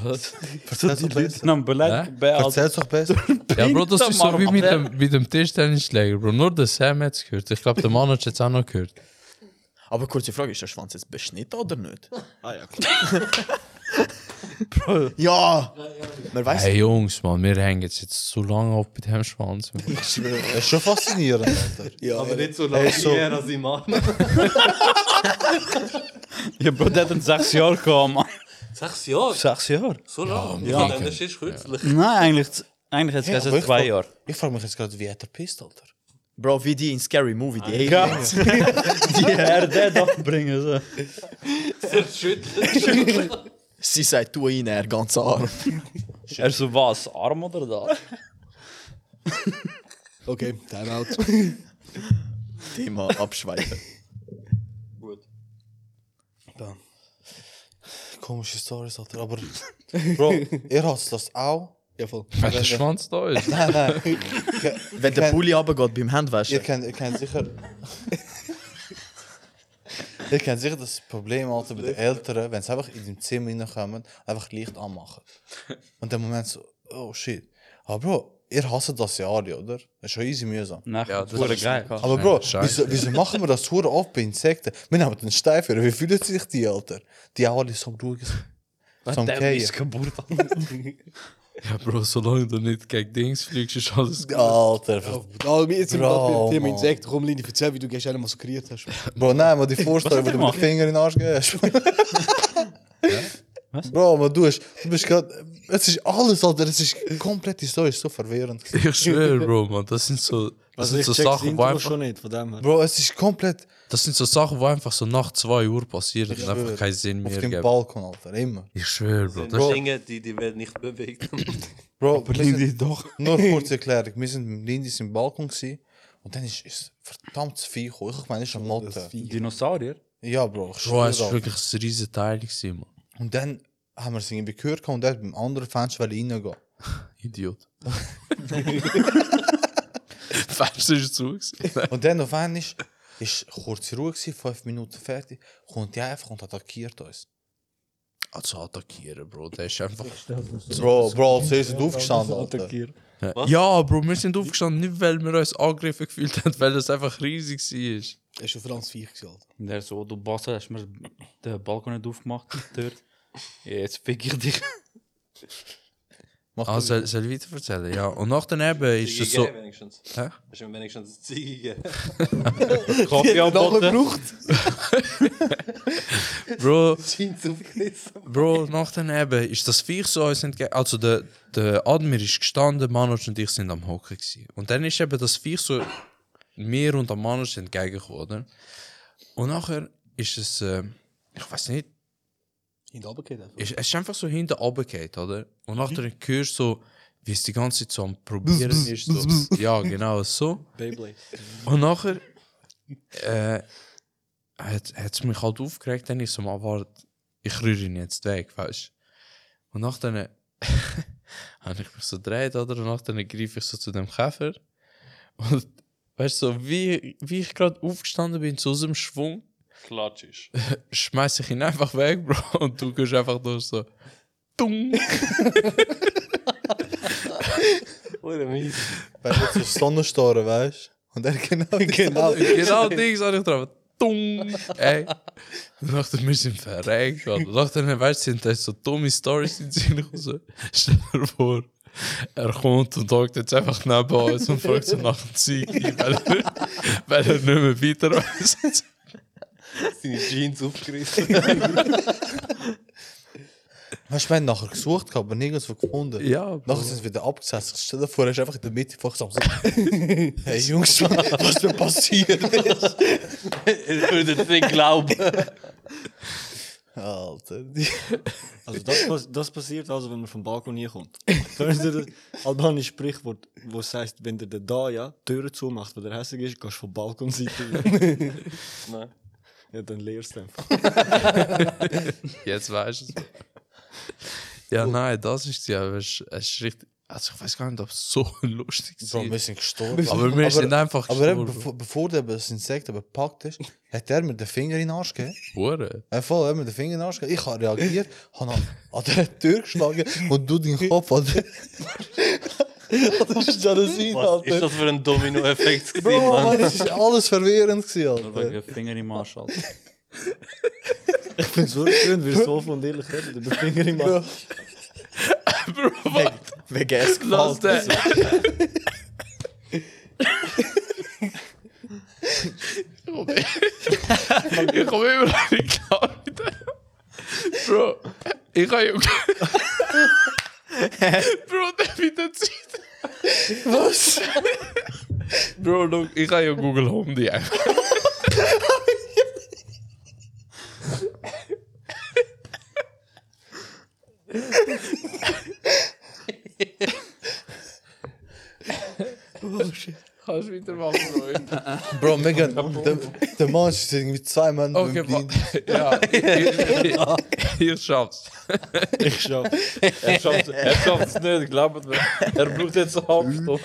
Was?
Erzähl's doch besser.
Nein,
Hä?
beleidigt bei Alter.
Erzähl's doch besser.
Ja, Bro, das ist so
Mann,
wie mit
Mann.
dem, mit dem Tischtennisschläger, Bro. Nur der Sam hat es gehört. Ich glaube, der Mann hat es auch noch gehört.
Aber kurze Frage, ist der Schwanz jetzt beschnitten oder nicht? Ah ja, Bro. Ja! Man weiß
Hey Jungs, Mann, wir hängen jetzt, jetzt zu lange auf mit dem Schwanz. Mann.
Das ist schon faszinierend, Alter.
Ja,
Aber
ja.
nicht so lange
Ey, so-
hier, als ich mache.
Ja, Bro, der hat einen sechs Jahre gehabt, Mann.
Sechs Jahre?
Sechs Jahre?
So lang? Ja,
Ja,
dann ist es kürzlich.
Nein, eigentlich, eigentlich hat es
Hey, aber
gesagt
ich
zwei
frag-
Jahre.
Ich frage mich jetzt gerade, wie hat er pisst, Alter?
Bro, wie die in Scary Movie, die
Ja.
Aliens.
Die er den abbringen. So.
Sehr schüttelt.
Sie sagt, du ihn, er ganz arm.
Er so, was, arm oder das?
Okay, Timeout.
Thema abschweifen.
Gut.
Ja.
Komische Stories, Alter. Aber, Bro, ihr hasst das auch.
Ja, voll.
Wenn der Schwanz da ist.
Nein, nein. Ke-
Wenn der
kennt-
Pulli runtergeht beim
Ihr
Handwaschen.
kennt, ihr kennt sicher. ihr kennt sicher das Problem, Alter, bei den Eltern, wenn sie einfach in dem Zimmer reinkommen, einfach Licht anmachen. Und im Moment so, oh shit. Aber Bro, ihr hasst das ja alle, oder? Das ist schon easy mühsam.
Nein,
Ja,
das
das
wurde
ist-
geil.
Aber Bro,
Scheiße.
wieso, wieso machen wir das Huren oft bei Insekten? Wir nehmen den Steifer, wie fühlen sich die, Alter? Die auch alle so am Ruhigen. So am Kehren.
Geburt.
Ja, Bro, solange du nicht gegen Dings fliegst, ist alles gut.
Alter, ver-
Oh, brutal. jetzt sind wir
Bro,
gerade beim Thema
Mann.
Insekten. Komm, Lini, erzähl, wie du gestern einmal massakriert hast.
Bro, nein, maar die voorstel
Wat is
met de
er,
met
man?
de vinger in de as
Wat?
Bro, maar doe eens. Du bist grad, het is alles al, het is komplett historisch so verwirrend.
Ich schwöre, Bro, Mann, das sind so, das
Also
sind
ich
so
check's
Sachen, wo
Intro
einfach,
schon nicht, von dem her.
Bro, het is komplett
das sind so Sachen, wo einfach so nach 2 Uhr passieren und einfach
schwöre.
keinen Sinn
op
mehr
dem
geben.
Balkon, Alter, immer.
Ich schwöre, Bro, das
Die Dinge, die die Welt nicht bewegt.
Bro, we sind, nur kurze Erklärung, wir sind mit Lindis im Balkon gewesen und dann ist, ist verdammt Vieh gekommen. Ich meine, ist eine Motte.
Dinosaurier?
Ja, Bro, ich
Bro,
schwöre
es war
Alter.
wirklich ein riesen Teil, gewesen, Mann.
Und dann haben wir es irgendwie gehört und der hat beim anderen Fenster reingehen.
Idiot. Fenster ist zu. gewesen.
Und dann auf einmal ist kurze Ruhe, gewesen, fünf Minuten fertig, kommt die einfach und attackiert uns.
Also attackieren, Bro, der ist einfach.
Bro, Bro, als eerste aufgestanden, Alter.
Was?
Ja, Bro, wir sind aufgestanden, nicht weil wir uns angegriffen gefühlt haben, weil das einfach riesig war.
Das ist schon Franz Viech, gewesen, Alter.
Und er so, du Basser, hast mir den Balkon nicht aufgemacht, die Tür. Ja, Jetzt fick ich dich.
Mach
Ah,
also,
soll, soll ich weiter erzählen? Ja. Und nach daneben ist
Ziege
es so.
gegeben wenigstens.
Hä?
Hast du mir wenigstens eine Ziege gegeben?
Kaffee anboten.
Bro,
Jeans aufgerissen.
Bro, nach daneben ist das Viech so uns entgegen. Also, der, der Admir ist gestanden, Manoj und ich sind am Hocken. Gewesen. Und dann ist eben das Viech so mir und am Manoj entgegengekommen. oder? Und nachher ist es, äh, ich weiß nicht,
In der Abendkette einfach.
ist, es ist einfach so hinten runtergefallen, oder? Und nachher hörst du so, wie es die ganze Zeit so am Probieren ist. So. Ja, genau, so.
Beyblade.
Und nachher äh, hat es mich halt aufgeregt, dann ich so mal, warte, ich rühre ihn jetzt weg, weißt du? Und nachher habe ich mich so gedreht, oder? Und nachher greife ich so zu dem Käfer. Und weißt du, so, wie, wie ich gerade aufgestanden bin, so aus dem Schwung,
Klatsch ist.
schmeiß ich ihn einfach weg, Bro. Und du gehst einfach durch so. Dung.
Oder mies.
weil wir zu Sonnenstoren, weißt du? Und er genau. genau.
genau Dings habe ich drauf. Dung! Ey. Dann dachte ich, wir sind verregt. Dann dachte ich, weißt du, sind das so dumme Stories in den Sinn gekommen. Stell dir vor, Er kommt und hockt jetzt einfach neben uns und fragt so nach dem Ziegen, weil, er- weil er nicht mehr weiter weiß.
Seine Jeans aufgerissen.
Weißt du, wir haben nachher gesucht, gehabt, aber nirgendwo gefunden.
Ja,
Nachher sind sie wieder abgesetzt. Stell dir vor, er ist einfach in der Mitte von so. hey Jungs, was ist denn passiert?
Ich würde es nicht glauben.
Alter.
Also das, pas- das passiert also, wenn man vom Balkon hier kommt. Kennst du das albanische Sprichwort, wo es heißt, wenn der den da ja Türen zumacht, weil der hässlich ist, gehst du vom Balkonseite weg.
Nein.
Ja, dann leerst du einfach.
Jetzt weißt du es. Ja, nein, das ist ja, aber es. Es ist richtig. Also, ich weiß gar nicht, ob es so lustig ist.
Bro, wir sind gestorben.
Aber wir sind einfach
Aber eben,
gestorben.
bevor, bevor der das Insekt eben gepackt ist, hat er mir den Finger in den Arsch gegeben.
Hure.
Er voll, er hat mir den Finger in den Arsch gegeben. Ich habe reagiert, habe an, an der Tür geschlagen und du den Kopf an der, an der Jalousie,
Was ist
Alter.
das für ein Domino-Effekt? gewesen,
Bro,
Mann?
Mann, das ist alles verwirrend gewesen,
Nur
Alter.
wegen dem Finger im Arsch. Alter.
Ich finde es so schön, wir so von ehrlich reden, über Finger im Arsch.
Wegen es
Lass
gefällt.
den. ich komme immer noch nicht klar mit dem. Bro, ich habe ja. Bro, der mit der Zeit. Was? Bro, look, ich habe ja Google Home die einfach. Kannst du wieder machen, Bro.
Bro, mega. Der, der Mann ist irgendwie zwei Männer
Okay,
im
wa-
Dienst.
ja, ich, ich, ich, ich schaff's.
Ich schaff.
Er schafft es nicht, glaubt mir. Er braucht jetzt Hauptstoff.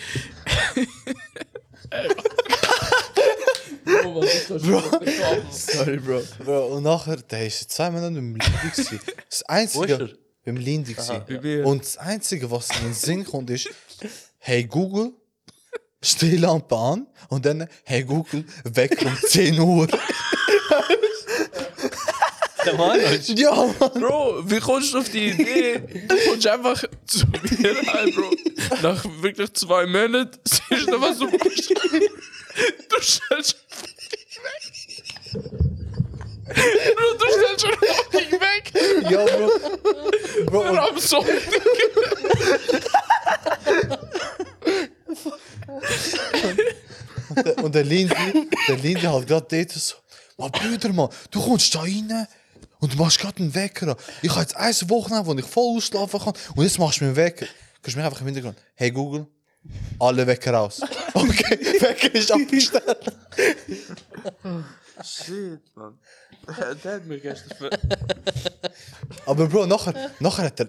Sorry, Bro.
Bro, und nachher, der ist zwei Monate im Lindy. gewesen. Das Einzige, im Lindy. gewesen. Und das Einzige, was in den Sinn kommt, ist, hey Google, stell Lampe an und dann, hey Google, weg um 10 Uhr.
Der Mann ist
ja, Mann.
Bro, wie kommst du auf die Idee? Du kommst einfach zu mir rein, Bro. Nach wirklich zwei Monaten siehst du, was du machst. Du stellst weg. Bro, du stellst schon fucking weg.
ja, Bro. Bro,
Nur am Sonntag.
und, und der Lindy, der Lindy hat gerade dort so, mein Bruder, Mann, du kommst da rein und machst gerade einen Wecker. an. Ich habe jetzt eine Woche, wo ich voll ausschlafen kann und jetzt machst du mir einen Wecker. Kannst du mir einfach im Hintergrund, hey Google, alle Wecker aus. Okay, Wecker ist abgestellt.
Oh, Der hat mir gestern ver...
Aber Bro, nachher, nachher hat er,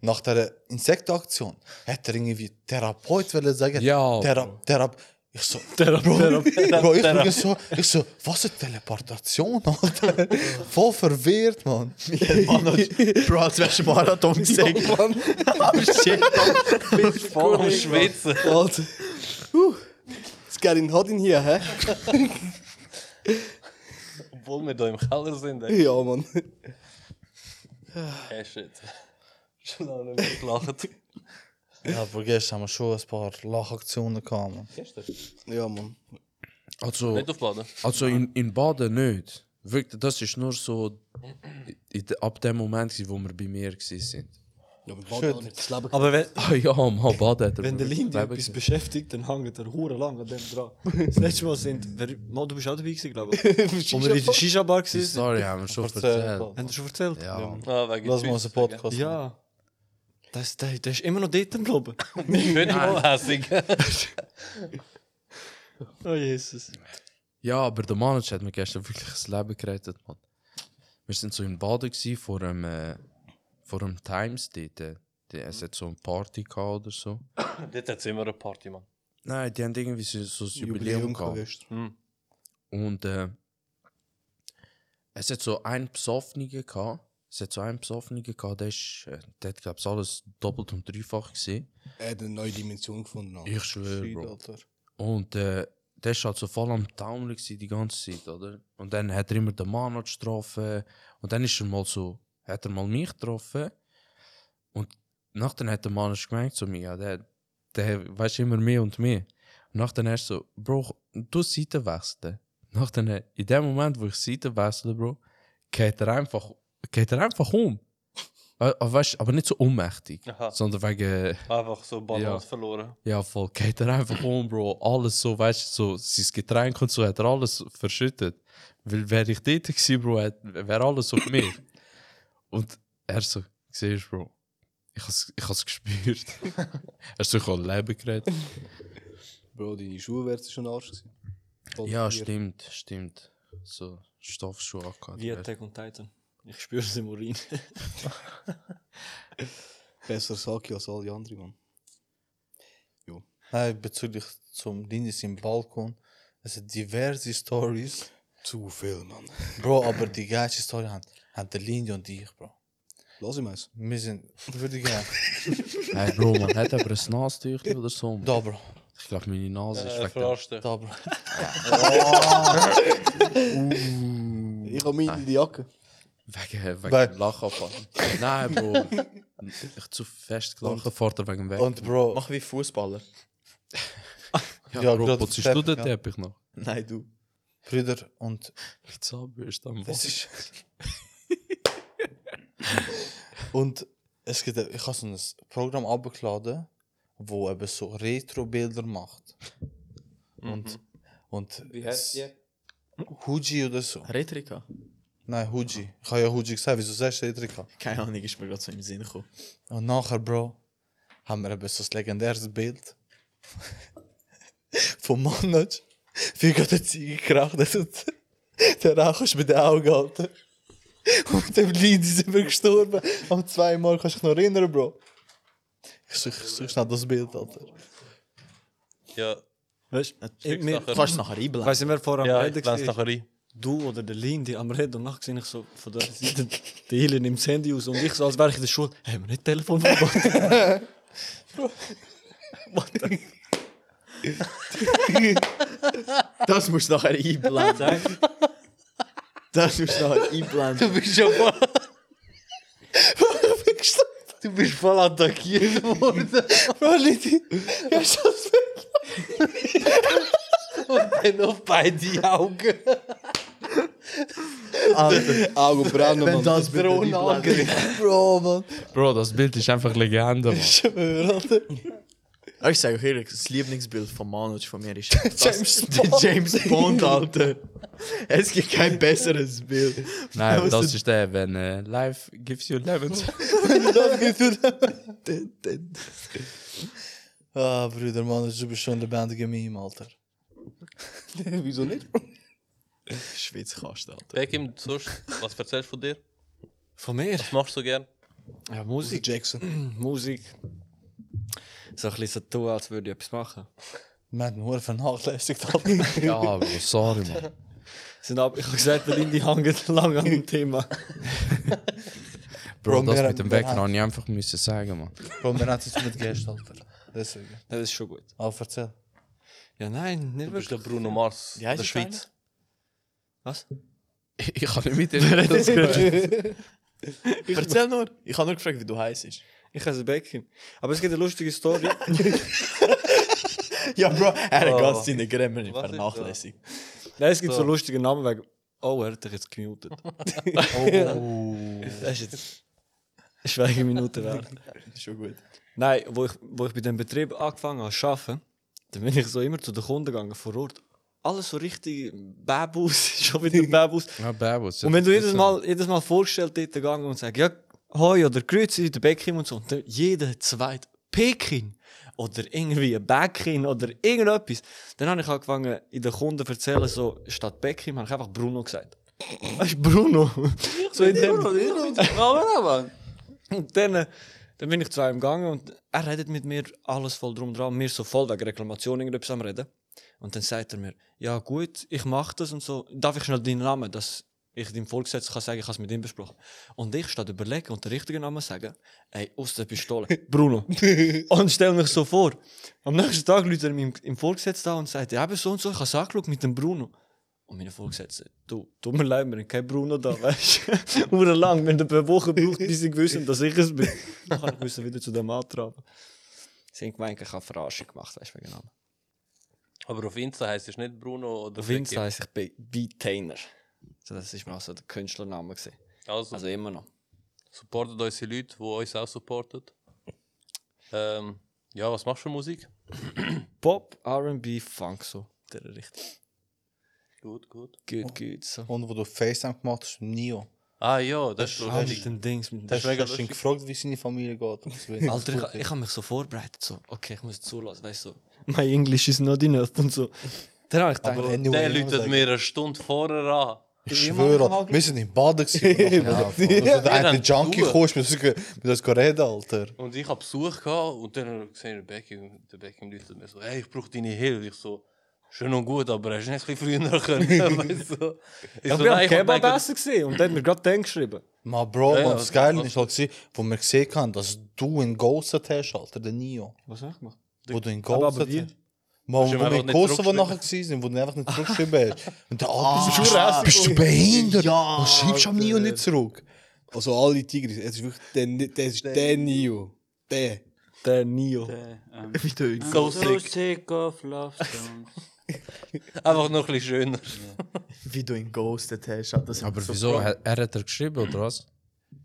nach der Insektenaktion, hat er irgendwie Therapeut wollen sagen.
Ja,
Thera Thera ich so, Bro, Bro, ich bin so, ich so, was ist Teleportation, Alter? Voll verwirrt, Mann.
Bro, als wärst du Marathon gesehen.
Aber shit.
voll am Schwitzen.
Alter. Huh. Das Gerin hat ihn hier, hä?
Obwohl wir hier im Keller sind. ey.
Ja, Mann.
Hey, shit. Schon lange nicht mehr gelacht.
Ja, Bro, gestern haben wir schon ein paar Lachaktionen gehabt, Mann.
Gestern.
Ja, Mann.
also...
Nicht aufladen.
Also in, in Baden nicht. Wirklich, das ist nur so... in de- Ab dem Moment, gewesen, wo wir bei mir waren.
Ja, wir baden auch nicht das Leben.
Aber wenn,
Ah ja, Mann, Baden hat er
wenn der
wirklich
Lindy
Leben
etwas
gegeben.
beschäftigt, dann hängt er hure lang an dem dran. Das letzte Mal sind, wer, Mo, du bist auch dabei gewesen, glaube ich. Wo wir in der Shisha-Bar
Die
waren.
Story haben wir schon
Erzähl,
erzählt.
Mann.
Haben wir schon erzählt?
Ja, Mann.
Ah, wegen
Lass mal unseren Podcast. machen.
Ja. Das, der, der ist immer noch dort geblieben.
Schön anlässig.
Oh Jesus.
Ja, aber der Manage hat mir gestern wirklich das Leben gerettet, Mann. Wir sind so in Baden gsi vor dem, äh, vor dem Times dort. äh, Die, es hat so eine Party gehabt oder so.
Dort hat es immer eine Party, Mann.
Nein, die haben irgendwie so, so ein Jubiläum,
Jubiläum
gehabt.
gestern.
Und äh, es hat so einen Besoffenen gehabt. Es hat so einen Besoffenen gehabt, der, ist, äh, der hat, glaube ich, alles doppelt und dreifach gesehen.
Er hat eine neue Dimension gefunden. Alter.
Ich schwöre,
Shit,
Bro.
Alter.
Und äh, der war halt so voll am Taumeln gsi die ganze Zeit, oder? Und dann hat er immer den Mann eh. getroffen. Und dann ist er mal so, hat er mal mich getroffen. Und nachher hat der Mann erst gemerkt zu mir, ja, der, der weiß immer mehr und mehr. Und nachher erst so, Bro, du Seiten wechseln. Nachher, eh, in dem Moment, wo ich Seiten wechsle, Bro, geht er einfach, geht er einfach um. We- Aber, weißt, aber nicht so ohnmächtig,
Aha.
sondern wegen,
Einfach so Balance
Ja.
verloren.
ja voll, geht er einfach um, Bro. Alles so, weißt du, so, sein Getränk und so hat er alles verschüttet. Weil wäre ich dort gewesen, Bro, hat- wäre alles auf mir. und er so, siehst Bro, ich has ich has gespürt. er so, ich habe Leben geredet.
Bro, deine Schuhe wären schon Arsch gewesen. Voll
Ja,
vier.
stimmt, stimmt. So Stoffschuhe angehabt.
Wie
weißt.
Attack on Titan. Ich spüre es im Urin.
Besser Saki als alle anderen, Mann.
Nein, bezüglich zum Linus im Balkon. Es sind diverse Stories.
Zu viel, Mann.
Bro, aber die geilste Story haben, haben der Linus und ich, Bro.
Lass ihm eins.
Wir sind, würde ich gerne.
Hey Bro, man hat aber ein Nasentüchchen oder so.
Da, Bro.
Ich glaube, meine Nase ist
Äh,
weg. Ja,
verarsch dich.
Da, Bro.
Ich habe meine in die Jacke.
wegen wegen
Bei-
dem Lachanfall. Nein, Bro. Ich zu fest gelacht vor der wegen dem Weg.
Und Bro,
Mach wie Fußballer.
ja,
ja,
Bro,
gerade
putzst
der-
du den
ja.
Teppich noch?
Nein, du.
Brüder und
Mit Zahnbürste am
Es
Wasser.
ist. und es gibt, ich habe so ein Programm abgeladen, wo eben so Retro-Bilder macht. Und, und
Mhm. Wie heißt die?
Huji oder so.
Retrika?
Nein, Huji. Ich habe ja Huji gesagt, wieso sagst du Retrika?
Keine Ahnung, ist mir gerade so im Sinn gekommen.
Und nachher, Bro, haben wir eben so ein legendäres Bild vom Manoj, wie gerade der Ziege geraucht hat und der Rauch ist mit den Augen gehalten. Und mit dem Lied sind wir gestorben. Am zweimal kannst du dich noch erinnern, Bro. Ich suche, ich suche schnell das Bild, Alter.
Ja,
Weißt
schick's
mir-
nachher.
Du kannst es nachher einblenden.
weiss nicht mehr, vorher
ja,
am
ich
Reden
glänze
war.
nachher rein.
Du oder der Lindy am Reden. Und nachher sehe ich so von der Seite, die Helen nimmt das Handy aus und ich so, als wäre ich in der Schule. Haben wir nicht Telefon verboten?
Das musst du nachher einblenden. das musst du nachher einblenden.
Du bist ja voll. du bist voll attackiert worden.
Bro, Lidi, hast du das Bild?
Dann auf beide Augen.
Augen brennen, Mann.
Das bitte einblenden.
Bro, Mann.
Bro, das Bild ist einfach Legende. Mann.
Ich schwöre, Alter.
Aber Ich sage euch ehrlich, das Lieblingsbild von Manoj von mir ist das,
James
der James Bond, Alter. Es gibt kein besseres Bild.
Nein, das ist der, wenn äh, Life gives you lemons.
Ah, Brüder, Manoj, du bist schon ein lebendiger Meme, Alter.
Wieso nicht?
Schwitzkasten, Alter.
Wer kommt sonst? Was erzählst du von dir?
Von mir?
Was machst du gern?
Ja, Musik.
Jackson.
Musik. So ein bisschen so tun, als würde ich etwas machen.
Man hat nur vernachlässigt, Alter.
ja, Bro, sorry, man.
Sind ab, ich habe gesagt, der Lindy hängt lange an dem Thema.
Bro,
Bro,
das
wir-
mit dem
wir
Weg
haben-
habe ich einfach müssen sagen, man.
Bro, wir haben es nicht gestern, Alter. Deswegen.
Das ist schon gut.
Aber erzähl.
Ja, nein, nicht
Du bist der
wirklich.
Bruno Mars
Wie heisst
der
das
Schweiz.
Was?
Ich ich kann nicht mit dir.
Erzähl nur. Ich habe nur gefragt, wie du heißt.
Ich heiße Beckham. Aber es gibt eine lustige Story.
Ja, Bro, er hat
Oh.
ganz seine Grammar nicht
Was ist
vernachlässigt.
Nein, es gibt so
So.
lustige Namen wegen. Oh, er hat dich jetzt gemutet. das ist jetzt. Schweigeminute wert.
Schon gut.
Nein, wo ich, wo ich bei dem Betrieb angefangen habe zu arbeiten, dann bin ich so immer zu den Kunden gegangen vor Ort. Alles so richtig Babus, schon wieder Babus.
Ja, Babus.
Und wenn du jedes Mal, jedes mal vorgestellt dort gegangen und sagst, ja, hoi oder grüezi, der Beckin und so, und dann jeder zweite Pekin oder irgendwie ein Beckin oder irgendetwas, dann habe ich angefangen, in den Kunden zu erzählen, so, statt Beckin habe ich einfach Bruno gesagt. Weißt du, Bruno? so in dem, und dann, äh, dann bin ich zu ihm gegangen und er redet mit mir alles voll drum dran. Wir so voll wegen Reklamation irgendetwas am Reden. Und dann sagt er mir, ja gut, ich mache das und so. Darf ich schnell deinen Namen, dass ich dem Vorgesetzten kann sagen, ich habe es mit ihm besprochen. Und ich statt überlegen und den richtigen Namen sagen, ey, aus der Pistole, Bruno. und stell mich so vor, am nächsten Tag läutet er mir im Vorgesetzten an und sagt, ja eben so und so, ich habe es angeschaut mit dem Bruno. Und meine Vorgesetzten,
Du, tut mir leid, wir haben keinen Bruno da, weißt du? Uhren lang, wir haben ein paar Wochen gebraucht, bis sie gewusst haben, dass ich es bin. Dann kann ich wissen, wieder zu dem antraben. Sie haben gemeint, ich habe Verarschung gemacht, weißt du, wegen Namen.
Aber auf Insta heisst es nicht Bruno oder
Auf Insta
Becky.
heisse ich Be Beatainer. So, das ist mir auch so der Künstlername gewesen.
Also,
Also immer noch.
supportet unsere Leute, die uns auch supporten. Ähm, ja, was machst du für Musik?
Pop, R&B, Funk so. Der richtig
Gut, gut.
gut, gut so.
Und wo du FaceTime gemacht hast, Nio.
Ah ja, das, ist
Ah,
lustig.
mit dem Dings, mit dem
Hast du
mega
hast du
lustig.
ihn gefragt, wie seine Familie geht? Das will ich nicht.
Alter, ich, ich habe mich so vorbereitet, so, okay, ich muss jetzt zulassen, weißt du, so.
My English is not enough und so.
Dann habe ich gedacht,
Aber
Der
anyway,
läutet mir eine Stunde vorher an.
Ich schwöre, wir sind im Baden gewesen. ja, voll. Also, der eine
dann
Junkie
du.
kommst, wir müssen uns reden, Alter.
Und ich hab Besuch gehabt und dann gesehen, der Beckham, der Beckham läutet mir so, hey, ich brauch deine Hilfe. Ich so, schön und gut, aber hast du nicht ein bisschen früher können? weißt du? Ich
Ich
so,
bin am
nein, ich hab
Kebab
gedacht,
essen gewesen und der hat mir gerade den geschrieben.
Ma Bro,
Ja, ja,
man, das
das-
Geile
das-
ist halt, gewesen, wo wir gesehen haben, dass du in Ghosted hast, Alter, der Nio.
Was habe ich gemacht?
Wo du in
Aber-
Ghosted
aber wie?
hast. Ma, wo
ihm
wir
einfach
in
nicht
Kosovo
zurückgeschrieben.
nachher waren, wo du einfach nicht zurückgeschrieben hast. Und der Alter,
Ah,
bist, du, bist du behindert?
Ja,
Was schreibst du am Nio
Alter.
nicht zurück?
Also alle Tigris, es ist wirklich der, Ni- der, ist der Nio. Der.
Der Nio.
Der, ähm,
Wie tönt
I'm so
sick.
sick of love songs.
einfach noch ein bisschen schöner.
Wie du ihn ghostet hast. Alter, Das
Aber
so
wieso? Er, er hat er geschrieben oder was?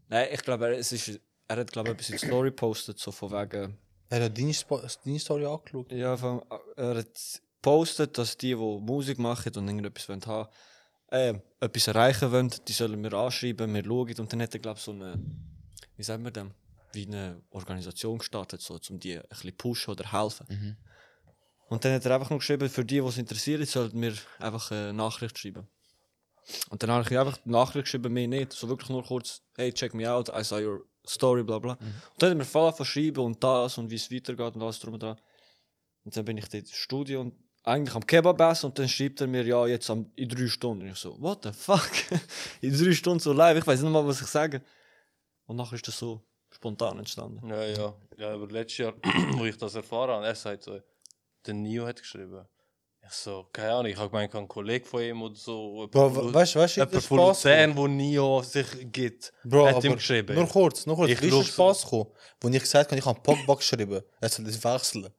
nein, ich glaube, er, es ist, er hat, glaube ich, etwas in die Story gepostet, so von wegen,
Er hat deine, Spo- deine Story angeschaut.
ja, von, er hat gepostet, dass die, die Musik machen und irgendetwas wollen haben, äh, etwas erreichen wollen, die sollen mir anschreiben, wir schauen. Und dann hat er, glaube ich, so eine, wie sagen wir dem, wie eine Organisation gestartet, so, um die ein bisschen pushen oder helfen. Und dann hat er einfach nur geschrieben, für die, die es interessiert, sollten mir einfach eine Nachricht schreiben. Und dann habe ich ihm einfach die Nachricht geschrieben, mir nicht. So wirklich nur kurz, hey, check me out, I saw your story, bla bla. Und dann hat er mir voll verschrieben und das und wie es weitergeht und alles drum und dran. Und dann bin ich dort im Studio und eigentlich am Kebab essen und dann schreibt er mir, ja, jetzt am, in drei Stunden. Und ich so, what the fuck? in drei Stunden so live, ich weiß nicht mal, was ich sage. Und nachher ist das so spontan entstanden.
Ja, ja. Ja, aber letztes Jahr, wo ich das erfahren habe, er sagt so, der Nio hat geschrieben. Ich so, keine Ahnung, ich habe gemeint, ein Kollege von ihm oder so.
Bro,
jemand
we-
von-
weißt du, weißt du, wie der
Jemand von
Spaß
Luzern, wo Nio sich gibt.
Bro,
hat ihm
aber
geschrieben.
Nur kurz, nur kurz.
Ich
Ich ist der
schauf's.
Spaß gekommen, wo ich gesagt habe, ich habe Pogba geschrieben. Er soll das wechseln. Und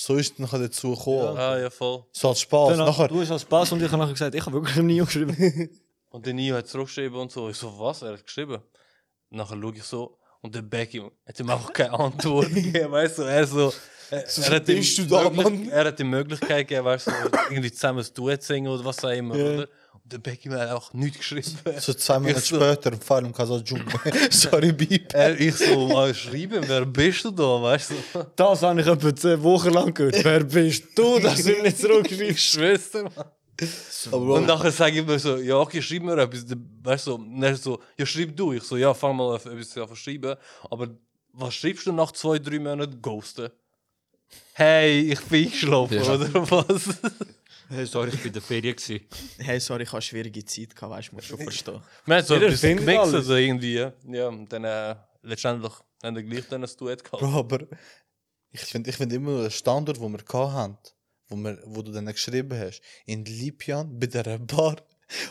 so ist es nachher dazu gekommen.
Ah, ja, voll.
So hat Spaß.
Dann
Nachher,
hast du hast als Spaß und ich habe nachher gesagt, ich habe wirklich am Nio geschrieben.
Und der Nio hat zurückgeschrieben und so. Ich so, was? Er hat geschrieben. Nachher schaue ich so. Und der Becky hat ihm auch keine Antwort gegeben. Weißt du, er so. Er, er, hat ihm
bist du da,
möglich-
Mann?
er hat ihm Möglichkeit gegeben, weißt du, irgendwie zusammen ein Duett singen oder was auch immer, oder? Und der Becky hat auch nichts geschrieben.
so zwei Monate
so-
später, im Fall im Kasajum. Sorry, Beep.
Er, Äh, ich so, mal schreiben, wer bist du da, weißt du?
Das habe ich etwa zehn Wochen lang gehört. Wer bist du, dass du ihn nicht zurückschreibst?
Schwester, Mann. Und nachher sage ich mir so, ja, okay, schreib mir etwas. Der- Weißt du, und er so, ja, schreib du. Ich so, ja, fang mal auf etwas an zu schreiben. Aber was schreibst du nach zwei, drei Monaten? Ghosten. Hey, ich bin eingeschlafen,
Ja.
oder was?
Hey, sorry, ich bin in der Ferien. gewesen.
Hey, sorry, ich habe schwierige Zeit gehabt, weißt du, musst schon verstehen.
Man hat so
Jeder
etwas
findet
gemixt,
alles.
also irgendwie. ja. Ja, und dann äh, letztendlich haben wir gleich dann ein Duett gehabt.
Bro, aber ich finde ich find immer den Standort, den wir gehabt haben, wo, wir, wo du dann geschrieben hast, in Libyen bei der Bar,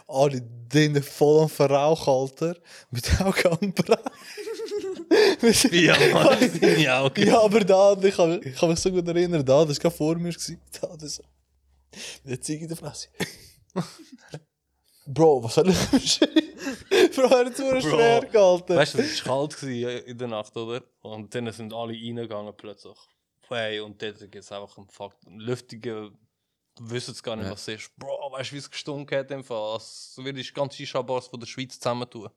alle denen voll am Verrauch, Alter, mit Augen am Brennen.
Ja, Mann, ja, okay.
Ja, aber da, ich kann, ich kann mich so gut erinnern, da, das war vor mir. Gewesen. Da, das, mit der Ziege in der Fresse. Bro, was soll ich Bro, er hat es schwer gehalten.
Weißt du, es war kalt gewesen äh, in der Nacht, oder? Und dann sind alle reingegangen plötzlich. Hey, und dort gibt es einfach einen Fakt. Lüftigen wissen es gar nicht,
Ja.
was es ist. Bro, weißt du, wie es gestunken hat? im Fall? Als würdest du ganze Shisha-Bars von der Schweiz zusammentun.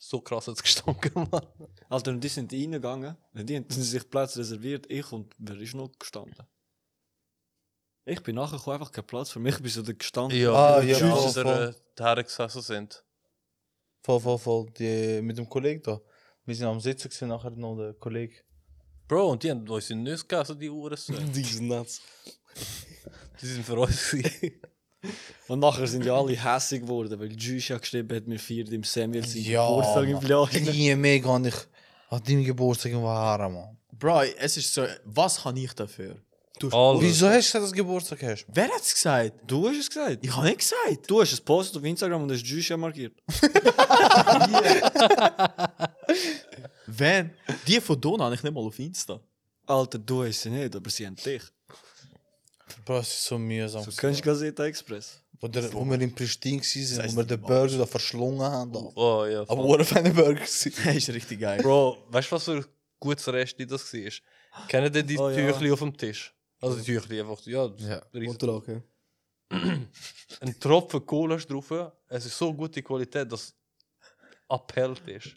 So krass hat es gestunken, Mann.
Alter, und die sind reingegangen, die haben sich Platz reserviert, ich und wer ist noch gestanden? Ich bin nachher gekommen, einfach kein Platz für mich, ich bin so da gestanden.
Ah,
die
ja,
Leute,
voll,
die
voll.
da daher gesessen sind.
Voll, voll, voll. Die, mit dem Kollegen da. Wir sind am Sitzen gewesen, nachher noch der Kollege.
Bro, und die haben uns in Nüsse gegessen, die Uhren.
Die sind nuts.
Die sind für uns. gewesen.
Und nachher sind ja alle hässig geworden, weil Juice ja geschrieben hat, wir feiern im Samuel seinen
Ja,
Geburtstag im
Mann.
Jahr.
Nie mehr gar nicht an deinem Geburtstag in Wahara, Mann.
Bro, es ist so, was habe ich dafür?
Du hast-
Alles.
Wieso hast du gesagt, dass du Geburtstag hast?
Wer hat's gesagt?
Du hast es gesagt.
Ich habe nicht gesagt.
Du hast es postet auf Instagram und hast Juice markiert.
Wen? Die von Dona habe ich nicht mal auf Insta.
Alter, du hast sie nicht, aber sie haben dich.
Bro, es ist so mühsam.
So kennst du Gazeta Express.
Wo, der, wo wir in Pristin
Das
waren,
heißt
wo wir den
nicht
Burger da verschlungen haben. Da.
Oh ja.
Aber
voll.
wo feine Burger waren.
Das ist richtig geil.
Bro, weißt du, was für ein gutes Rest das war? Kennen die die
Oh, ja.
Tüchli auf dem Tisch? Also die Tüchli einfach, ja,
Ja.
riesen-
Unterlage.
Ein Tropfen Cola ist drauf. Es ist so gute Qualität, dass es abhält ist.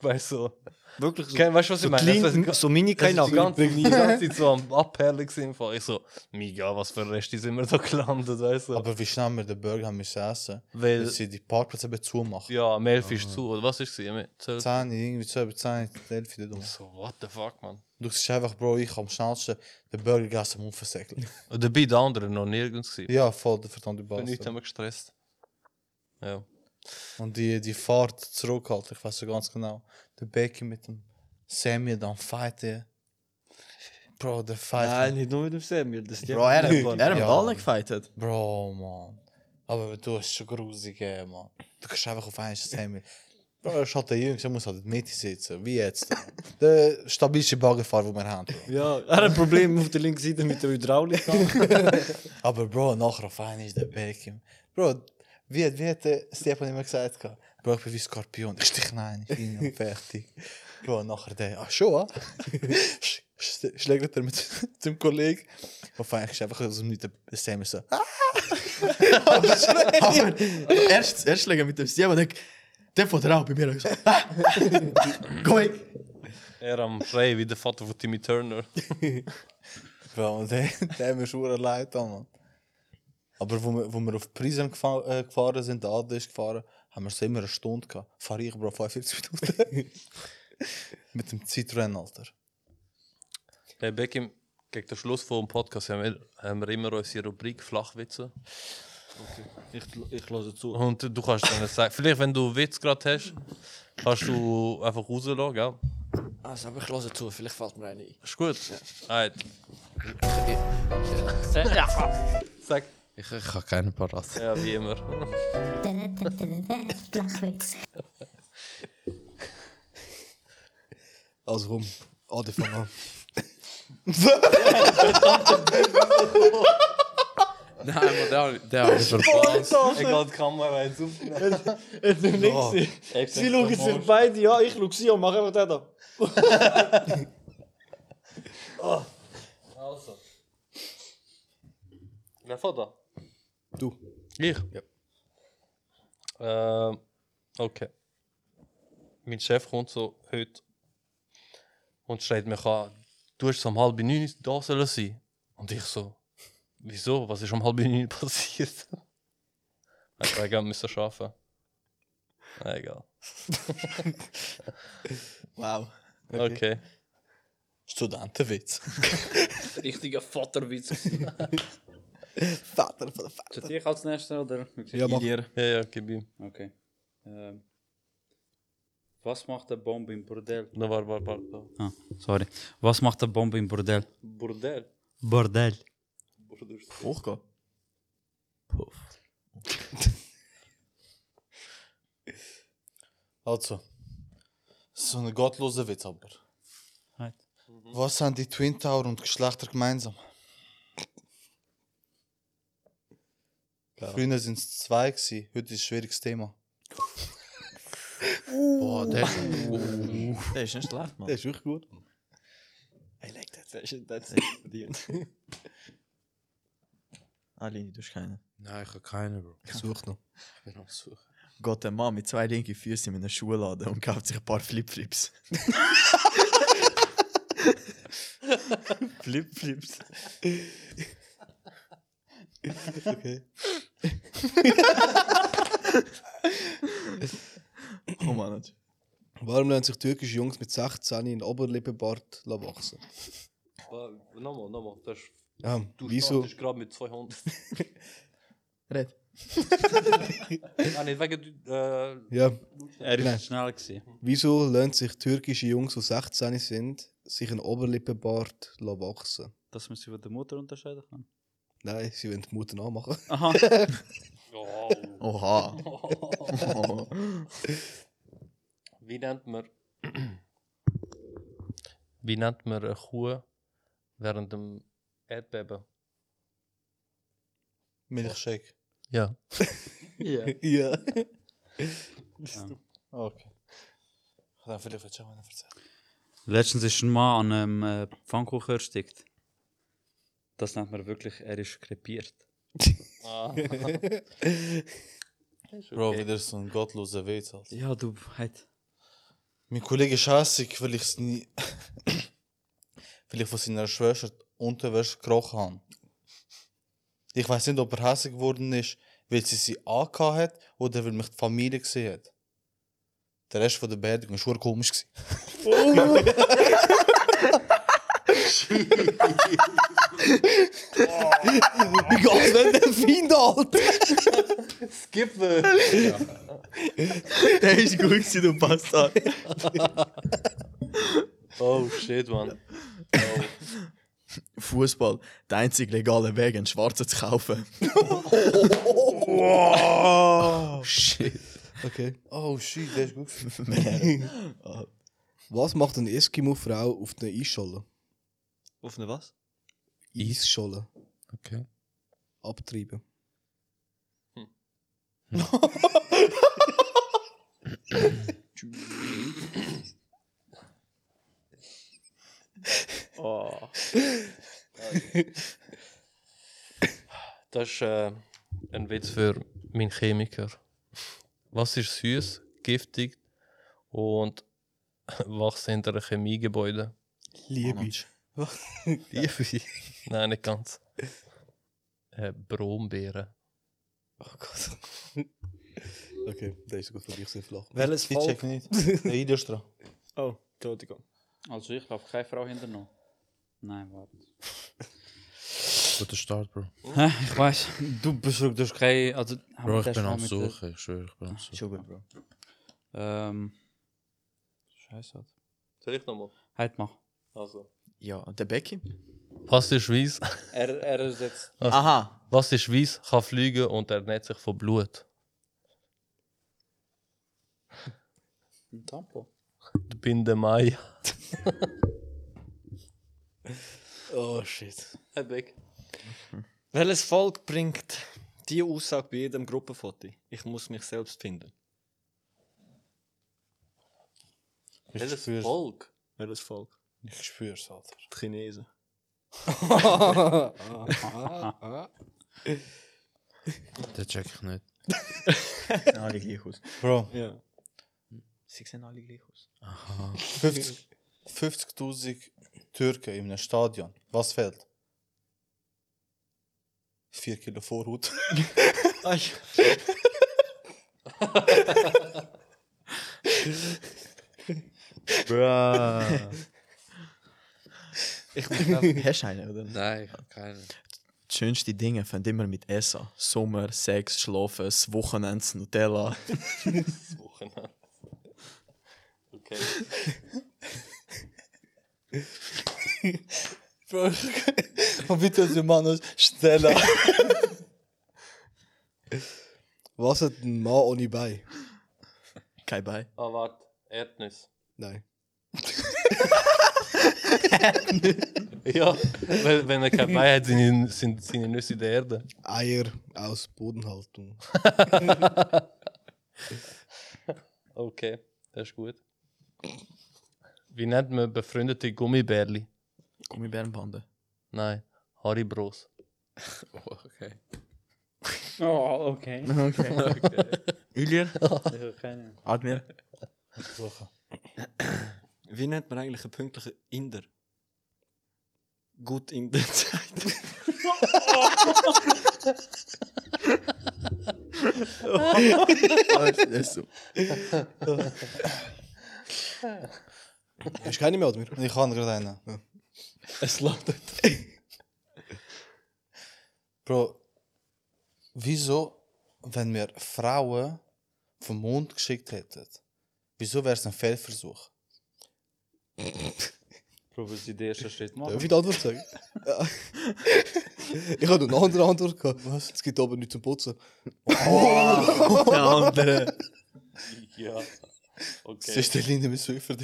Weißt du?
Wirklich so.
Weißt du, was ich
So,
meine?
klein,
Das ist-
so mini
Das ist
kein
die ganze, die ganze Zeit so am Abhellen gewesen. voll. Ich so, mega, was für Reste sind wir da gelandet, weißt du?
Aber wie schnell wir den Burger haben müssen essen,
Weil,
weil sie Dus die Parkplätze eben zumachen.
ja, am 11 ist zu, oder was ist es? Zehn.
Zehn, irgendwie zwei, über zehn, elf, die dumme.
So, what the fuck, man?
Du siehst einfach, Bro, ich am schnellsten den Burger gegessen am Unversäcklich.
Und dabei der andere noch nirgends gewesen.
Ja, voll, der verdammte
Für
also.
nichts haben
Bastard.
wir gestresst. Ja.
Und die, die Fahrt zurück, halt, ich weiß so ganz genau. Der Becky mit dem Sammy, dann fight er. Bro, der Fight.
Nein, nicht nur mit dem Samuel. Das ist
Bro, er, hat- er hat
Ja.
mit allen gefightet.
Bro, man. Oh, Aber du hast schon grusig, ey, man. Du kannst einfach auf eins Sammy. Bro, er ist halt der Jüngste, er muss halt in die Mitte sitzen. Wie jetzt? der stabilste Baggerfahrer, den wir haben. Bro.
Ja, er hat Probleme auf der linken Seite mit der Hydraulik.
Aber Bro, nachher auf einmal ist der Beckham. Bro, wie, hat- wie hat der Stefan immer gesagt? gehabt? Bro, ich bin wie Skorpion, ich stich nein, ich bin und fertig. Bro, nachher der, ach schon, ah? Sch- sch- Schlägt er mit dem Kollegen. Auf einmal ist er einfach so mit dem Sam so. Ah,
Aber erst, erst schlagen mit dem Steven und ich, der von der auch bei mir. Ich so, ah, Komm weg.
Er am Schrei wie der Vater von Timmy Turner.
Bro, und der, der ist schon leid, an, Mann. Aber wo wir, wo wir auf Prism gefa äh, gefahren sind, der Ade ist gefahren, haben wir so immer eine Stunde gehabt. Fahre ich, Bro, 45 Minuten. mit dem Citroën, Alter.
Hey, Beckham, gegen den Schluss vom Podcast haben wir, haben wir immer unsere Rubrik Flachwitze.
Ich, ich höre zu.
Und du kannst dann sagen, vielleicht wenn du einen Witz gerade hast, kannst du einfach rauslassen, gell?
Also, aber ich höre zu, vielleicht fällt mir einer ein.
Ist gut. Alright. Sag.
Ich, ich habe keine parat.
Ja, wie immer.
Also komm, Adi, fang an.
Nein, aber der habe ich- der habe ich verpasst.
Ich gehe die Kamera jetzt aufnehmen.
Sie schauen sich beide ja, ich schaue sie und mache einfach den da.
Also. Wer fährt da?
Du.
Ich? Ja. Ähm, okay. Mein Chef kommt so heute und schreit mich an, du hast um halb neun da sollen sein. Und ich so, wieso? Was ist um halb neun passiert? Ich sage, wir müssen arbeiten. Na, Egal.
Wow.
Okay.
Studentenwitz.
Richtiger Vaterwitz.
Vater von der Vater.
Zu dir als nächster oder?
Ja, mach.
Ja, ja, gib ihm.
Okay. Ähm, was macht der Bombe im Bordell?
Na, warte, warte, warte.
Ah, sorry. Was macht der Bombe im Bordell?
Bordell.
Bordell.
Hochgehen.
Also, so ein gottloser Witz aber.
Right.
Was haben die Twin Tower und Geschlechter gemeinsam? Früher sind es zwei, gewesen, heute ist ein schwieriges Thema.
Boah, der ist
Der ist nicht schlecht, Mann.
Der ist wirklich gut.
Ah, Lini, du hast keinen.
Nein, ich habe keine, Bro.
Ich suche noch.
Ich bin am Suchen.
Geht ein Mann mit zwei linken Füßen in einer Schuhladen und kauft sich ein paar Flipflips. Flipflips. okay. oh Mann, Mensch.
Warum lernen sich türkische Jungs mit 16 in Oberlippenbart wachsen?
Nochmal, nochmal. Das ist-
Ja,
Du
wieso?
startest gerade mit 200.
Red.
Ah, nicht wegen
eh,
äh,
Ja,
Er
Nein.
ist schnell gewesen.
wieso lernen sich türkische Jungs, die 16 sind, sich einen Oberlippenbart wachsen?
Dass man sie von der Mutter unterscheiden kann.
Nein, sie wollen die Mutter nachmachen.
Aha.
Oha.
Wie nennt man. Wie nennt man eine Kuh während dem Erdbeben?
Milchshake.
Ja.
ja.
Okay. Dann vielleicht wird schon mal erzählen.
Letztens ist ein Mann an einem äh, Pfannkuchen erstickt. Das nennt man wirklich, er ist krepiert.
Ah,
Bro, wieder so ein gottloser Witz. Alter.
Ja, du, halt.
Mein Kollege ist hässig, weil ich es nie. weil ich von seiner Schwester die Unterwäsche gerochen habe. Ich weiß nicht, ob er hässig geworden ist, weil sie sie angehört hat oder weil mich die Familie gesehen hat. Der Rest von der Beerdigung war verdammt komisch. gewesen.
Wie geht's denn der Find, Alter?
Der ist gut gewesen, du Bastard.
oh shit, man.
Fußball, der einzige legale Weg, einen Schwarzen zu kaufen.
Okay.
Oh shit, der ist gut. gewesen.
Was macht eine Eskimo-Frau auf einer Eisscholle?
Auf eine was?
Eisscholle.
Okay.
Abtreiben.
Das ist äh, ein Witz für meinen Chemiker. Was ist süß, giftig und wachs hinter einem Chemiegebäude?
Liebe.
Liebe. Nein, nicht ganz. Äh, Brombeeren.
Oh Gott. okay, der ist gut für dich sehr flach.
Welches
Ich check
Volk?
nicht. Der Idiot dran.
Oh, Entschuldigung.
Also ich glaube, keine Frau hinter noch. Nein, warte.
Guter Start, Bro.
Hä? Ich weiß, Oh. du bist du hast keine. Also, haben wir
Bro, ich
das
bin
schon mal
am
mit der-
Suchen. Ich schwöre, ich bin am Suchen.
Bro.
Ähm. Scheiße. Alter.
Soll ich nochmal?
Halt mal.
Also.
Ja, und der Becky?
Was ist weiß?
Er, er ist jetzt.
Aha.
Was ist weiß, kann fliegen und ernährt sich von Blut?
Ein Tampon.
Ich bin der Mai.
Oh shit.
Welches Volk bringt die Aussage bei jedem Gruppenfoto? Ich muss mich selbst finden.
Welches Volk?
Welches Volk?
Ich spür's, Alter.
Die Chinesen.
Den check ich nicht.
Sehen alle gleich aus.
Bro,
Ja.
Sie sehen alle gleich aus.
50 50.000 Türken in einem Stadion. Was fehlt? 4 Kilo Vorhut.
Ai.
Ich Hast du einen, oder?
Nein, keine.
Die schönsten Dinge fängt immer mit Essen. Sommer, Sex, Schlafen, das Wochenende, Nutella.
Wochenende. Okay.
Und bitte, der Mann ist schneller.
Was hat ein Mann ohne Bein?
Kein Bei.
Ah, warte. Erdnüsse.
Nein.
Ja, weil wenn er kein Bein hat, sind, sind seine Nüsse in der Erde.
Eier aus Bodenhaltung.
Okay, das ist gut. Wie nennt man befreundete Gummibärli?
Gummibärenbande.
Nein, Haribros.
okay.
Oh, okay.
Ilir?
Keine.
Admir?
Wie nennt man eigentlich einen pünktlichen Inder? Gut in der Zeit.
Hast du keine mehr, Admir?
Ich habe gerade einen.
Es lautet.
Bro, wieso, wenn wir Frauen vom Mond geschickt hätten, wieso wäre es ein Fehlversuch?
Probier sie den ersten Schritt machen.
Darf ich die Antwort sagen? Ja. ich hatte noch eine andere Antwort. Gehabt. Es gibt aber nichts zum Putzen.
Der andere.
Ja. Okay.
Das ist der Linie mit Swiffer.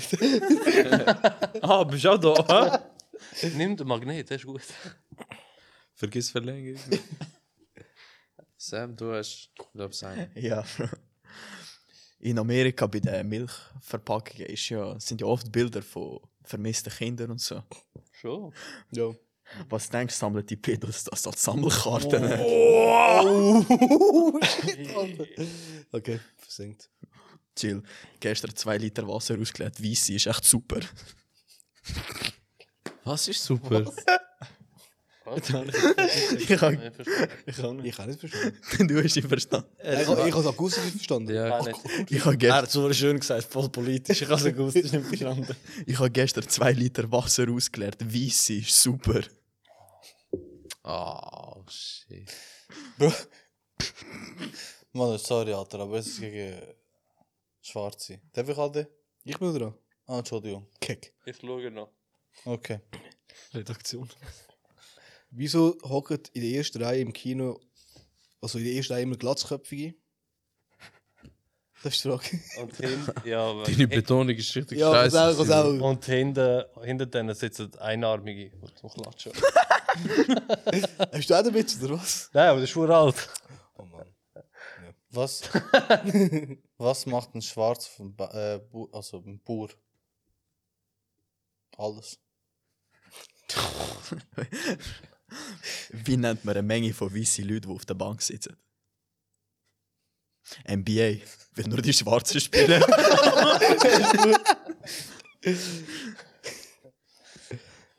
Ah, bist du auch da? hä?
Nimm den Magnet, das ist gut.
Vergiss Verlängerung. Sam, du hast, glaube ich, einen.
Ja. In Amerika bei den Milchverpackungen ist ja, sind ja oft Bilder von vermissten Kindern und so.
Schon.
Ja.
Was denkst du, sammeln die Pedos das als Sammelkarten?
Okay, versenkt.
Chill. Gestern zwei Liter Wasser ausgelegt, weiss ist echt super.
Was ist super?
Was?
Ich kann-
Ich verstehe.
Ich kann nicht verstehen.
du hast ihn verstanden.
ich ich habe es akustisch nicht verstanden.
ja,
Nein, nicht.
Ich habe
Er
gestern,
hat so schön gesagt, voll politisch. Ich habe es gewusst, ich nicht verstanden.
ich habe gestern zwei Liter Wasser ausgeleert, weiss ist super.
Oh, shit.
Mann, sorry, Alter, aber es ist gegen Schwarze. Darf ich alle?
Ich bin dran.
Ah, Entschuldigung.
Keck.
Ich schaue noch.
Okay.
Redaktion.
Wieso hocken in der ersten Reihe im Kino, also in der ersten Reihe immer Glatzköpfige? Das ist die Frage.
Und hinten, ja, weil-
Deine Betonung ist richtig
Ja, was
scheiße.
auch, was auch.
Und hinten, hinter denen sitzen Einarmige, die zum Klatschen.
Hast du auch damit, oder was?
Nein, aber das ist uralt.
Oh Mann.
Was, was macht ein Schwarz vom ba äh, Bu also ein Bauer? Alles.
Wie nennt man eine Menge von weissen Leuten, die auf der Bank sitzen? NBA, weil nur die Schwarzen spielen.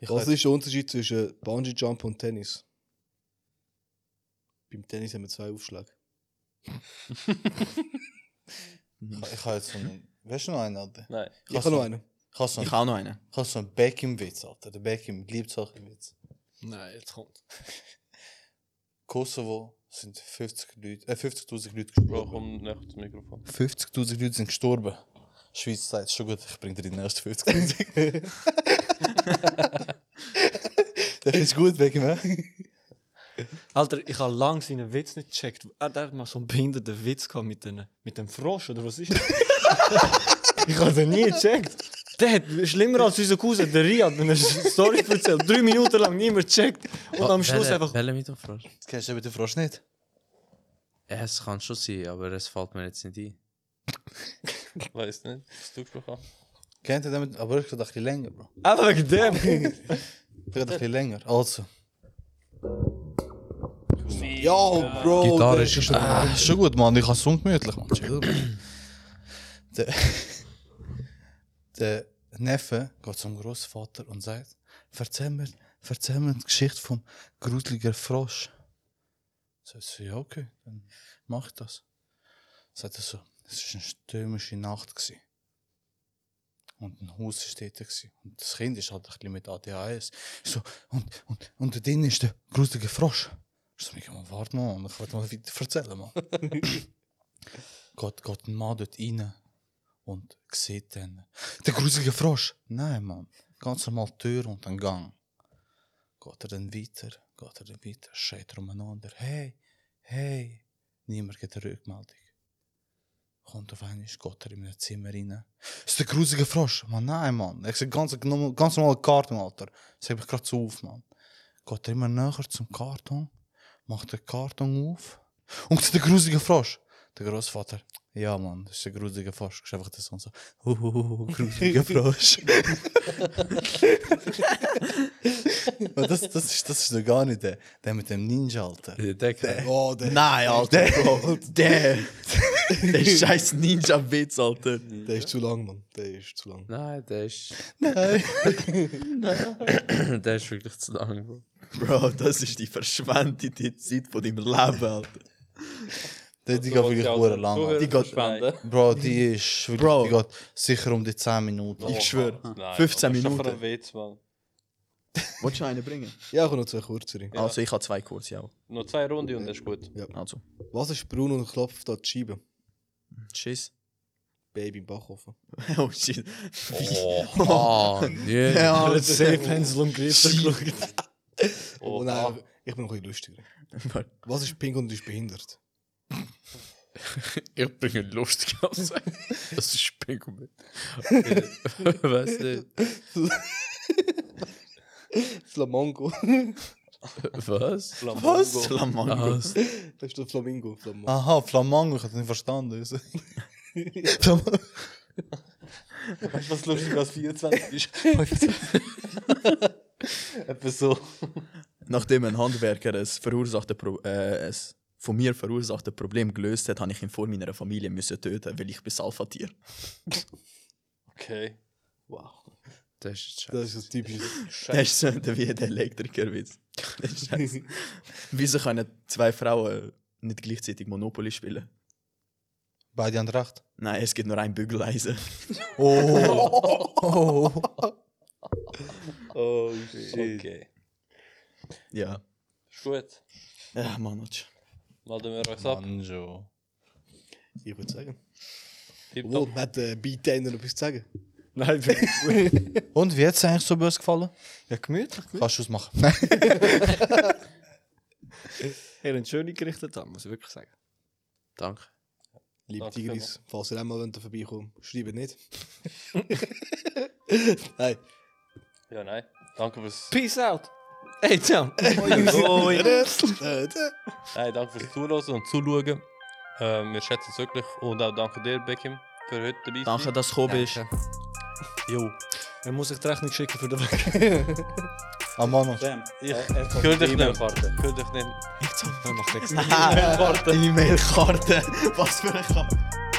Was ist der Unterschied zwischen Bungee Jump und Tennis? Beim Tennis haben wir zwei Aufschläge.
Ich, ich habe jetzt so einen. Weißt du noch einen, Alter?
Nein.
Ich habe noch einen.
Ich habe so
ich
einen,
habe noch einen.
ich habe so einen Beckham-Witz, Alter. Der Beckham liebt solche Witze.
Nein, jetzt kommt.
Kosovo sind 50 Leute, äh, 50.000 Leute
Bro,
gestorben.
komm nicht zum Mikrofon.
50.000 Leute sind gestorben. Schweiz sagt, schon gut, ich bringe dir die nächsten 50.000. das ist gut, Beckham, hä?
Alter, ich habe lange seinen Witz nicht gecheckt. Er der hat mal so einen behinderten Witz gehabt mit, den, mit dem Frosch, oder was ist das? ich habe den nie gecheckt. Der hat schlimmer als unser Cousin, der Riyad, wenn er Story erzählt. Drei Minuten lang niemand checkt.
Oh,
Und am Schluss einfach.
Welchen Mikrofon?
Das kennst du eben den Frosch nicht.
Es kann schon sein, aber es fällt mir jetzt nicht ein.
Weiß nicht, was du gesprochen hast.
Kennt ihr damit? Aber ich dachte, ein bisschen länger, Bro.
Einfach wegen dem.
Ich dachte, ein bisschen länger. Also.
Ja, Bro!
Gitarre
der
ist-
schon.
Ah, schon gut, Mann. Ich habe es ungemütlich, Mann. Chill, Bro. der, der Neffe geht zum Großvater und sagt: Erzähl mir, erzähl mir die Geschichte vom gruseligen Frosch. Sagt sie: Ja, okay, dann mach ich das. Sagt er so: Es war eine stürmische Nacht. Gewesen. Und ein Haus war dort. Gewesen. Und das Kind ist halt ein bisschen mit ADHS. So, und, und, und drin ist der gruselige Frosch. Ich so, Mika, Mann, warte mal, Mann, ich wollte mal weiter erzählen, Mann. geht, geht ein Mann dort rein und sieht dann den grusigen Frosch. Nein, Mann, ganz normal Tür und den Gang. Geht er dann weiter, geht er dann weiter, schreit umeinander, hey, hey. Niemand gibt eine Rückmeldung. Kommt auf einmal, geht er in ein Zimmer rein. Ist der grusige Frosch? Mann, nein, Mann. Ich sehe ganz, ganz normale Karton, Alter. Das heb ich gerade so auf, Mann. Geht er immer näher zum Karton macht den Karton auf und sieht den grusigen Frosch. Der Großvater. Ja, Mann, das ist der grusige Frosch. Ist einfach das und so. Huhuhu, grusiger Frosch. Aber das, das, ist, das ist doch gar nicht der, der mit dem Ninja, Alter.
Ich denke,
Oh, der,
Nein, Alter, Bro. Der. Äh. Der scheiß Ninja-Witz, Alter.
der ist zu lang, Mann. Der ist zu lang.
nein, der ist,
Nein.
der ist wirklich zu lang, Bro.
Bro, das ist die verschwendete Zeit von deinem Leben, Alter.
Der die geht wirklich hure lang. Alter.
Die
geht-
spenden.
Bro, die ist wirklich,
Bro.
die geht sicher um die 10 Minuten.
Ich schwöre.
Nein,
15
das ist
Minuten.
aber ein Witz, Mann.
Wolltest du noch einen bringen?
Ja, ich habe noch zwei kürzere.
Also, ich habe zwei Kurse, ja.
Noch zwei Runden und das ist gut.
Also,
Was ist Bruno und klopft an die Scheibe?
tschüss.
Baby im Backofen.
oh shit.
Oh, ah, nee.
Ja,
Mit Safe-Hänsel und Griffer geschaut.
Oh,
ah,
nein, ich bin noch ein bisschen lustiger.
Warte.
Was ist pink und ist behindert?
Ich bringe lustig aus. Das ist Pingumin. weißt du?
Flamango.
Was?
Was? Flamango.
Was?
Das ist der Flamingo. Flamango.
Aha, Flamango, ich habe nicht verstanden.
Weißt du, was lustig als 24 ist? Etwas so.
Nachdem ein Handwerker es verursachte Pro äh, es von mir verursachte Problem gelöst hat, habe ich ihn vor meiner Familie müssen töten, weil ich bin Alpha-Tier.
Okay.
Das ist scheiße.
Das ist das typische.
Das ist so der- wie der Elektriker witz. Das ist scheiße. Wieso können zwei Frauen nicht gleichzeitig Monopoly spielen?
Beide haben recht.
Nein, es gibt nur ein Bügeleisen.
Oh shit. Okay.
Ja.
Ist gut.
Ja, Manoj.
Laden wir uns ab.
Banjo.
Ich würde sagen. Obwohl,
Tipptopp.
man hat äh, Beatender noch etwas zu sagen.
Nein, wirklich.
Und wie hat es eigentlich so böse gefallen?
ja, gemütlich.
Kannst du ausmachen? Nein.
Ihr habt schön eingerichtet, da muss ich wirklich sagen.
Danke.
Liebe
Danke
Tigris, falls ihr einmal wollt, vorbeikommen wollt, schreibt nicht. Nein.
Ja, nein. Danke fürs.
Peace out! Hey, ciao!
Nein, danke fürs Zuhören und Zuschauen. Ähm, wir schätzen es wirklich. Und auch danke dir, Beckham, für heute dabei. zu
Danke,
sein.
dass du gekommen bist.
Jo.
Er muss sich die Rechnung schicken für den Weg.
Ah, Mann,
Damn.
Ich höre dich nicht. Hör dich nicht.
Er macht nichts.
E-Mail-Karte. Was für ein Karte.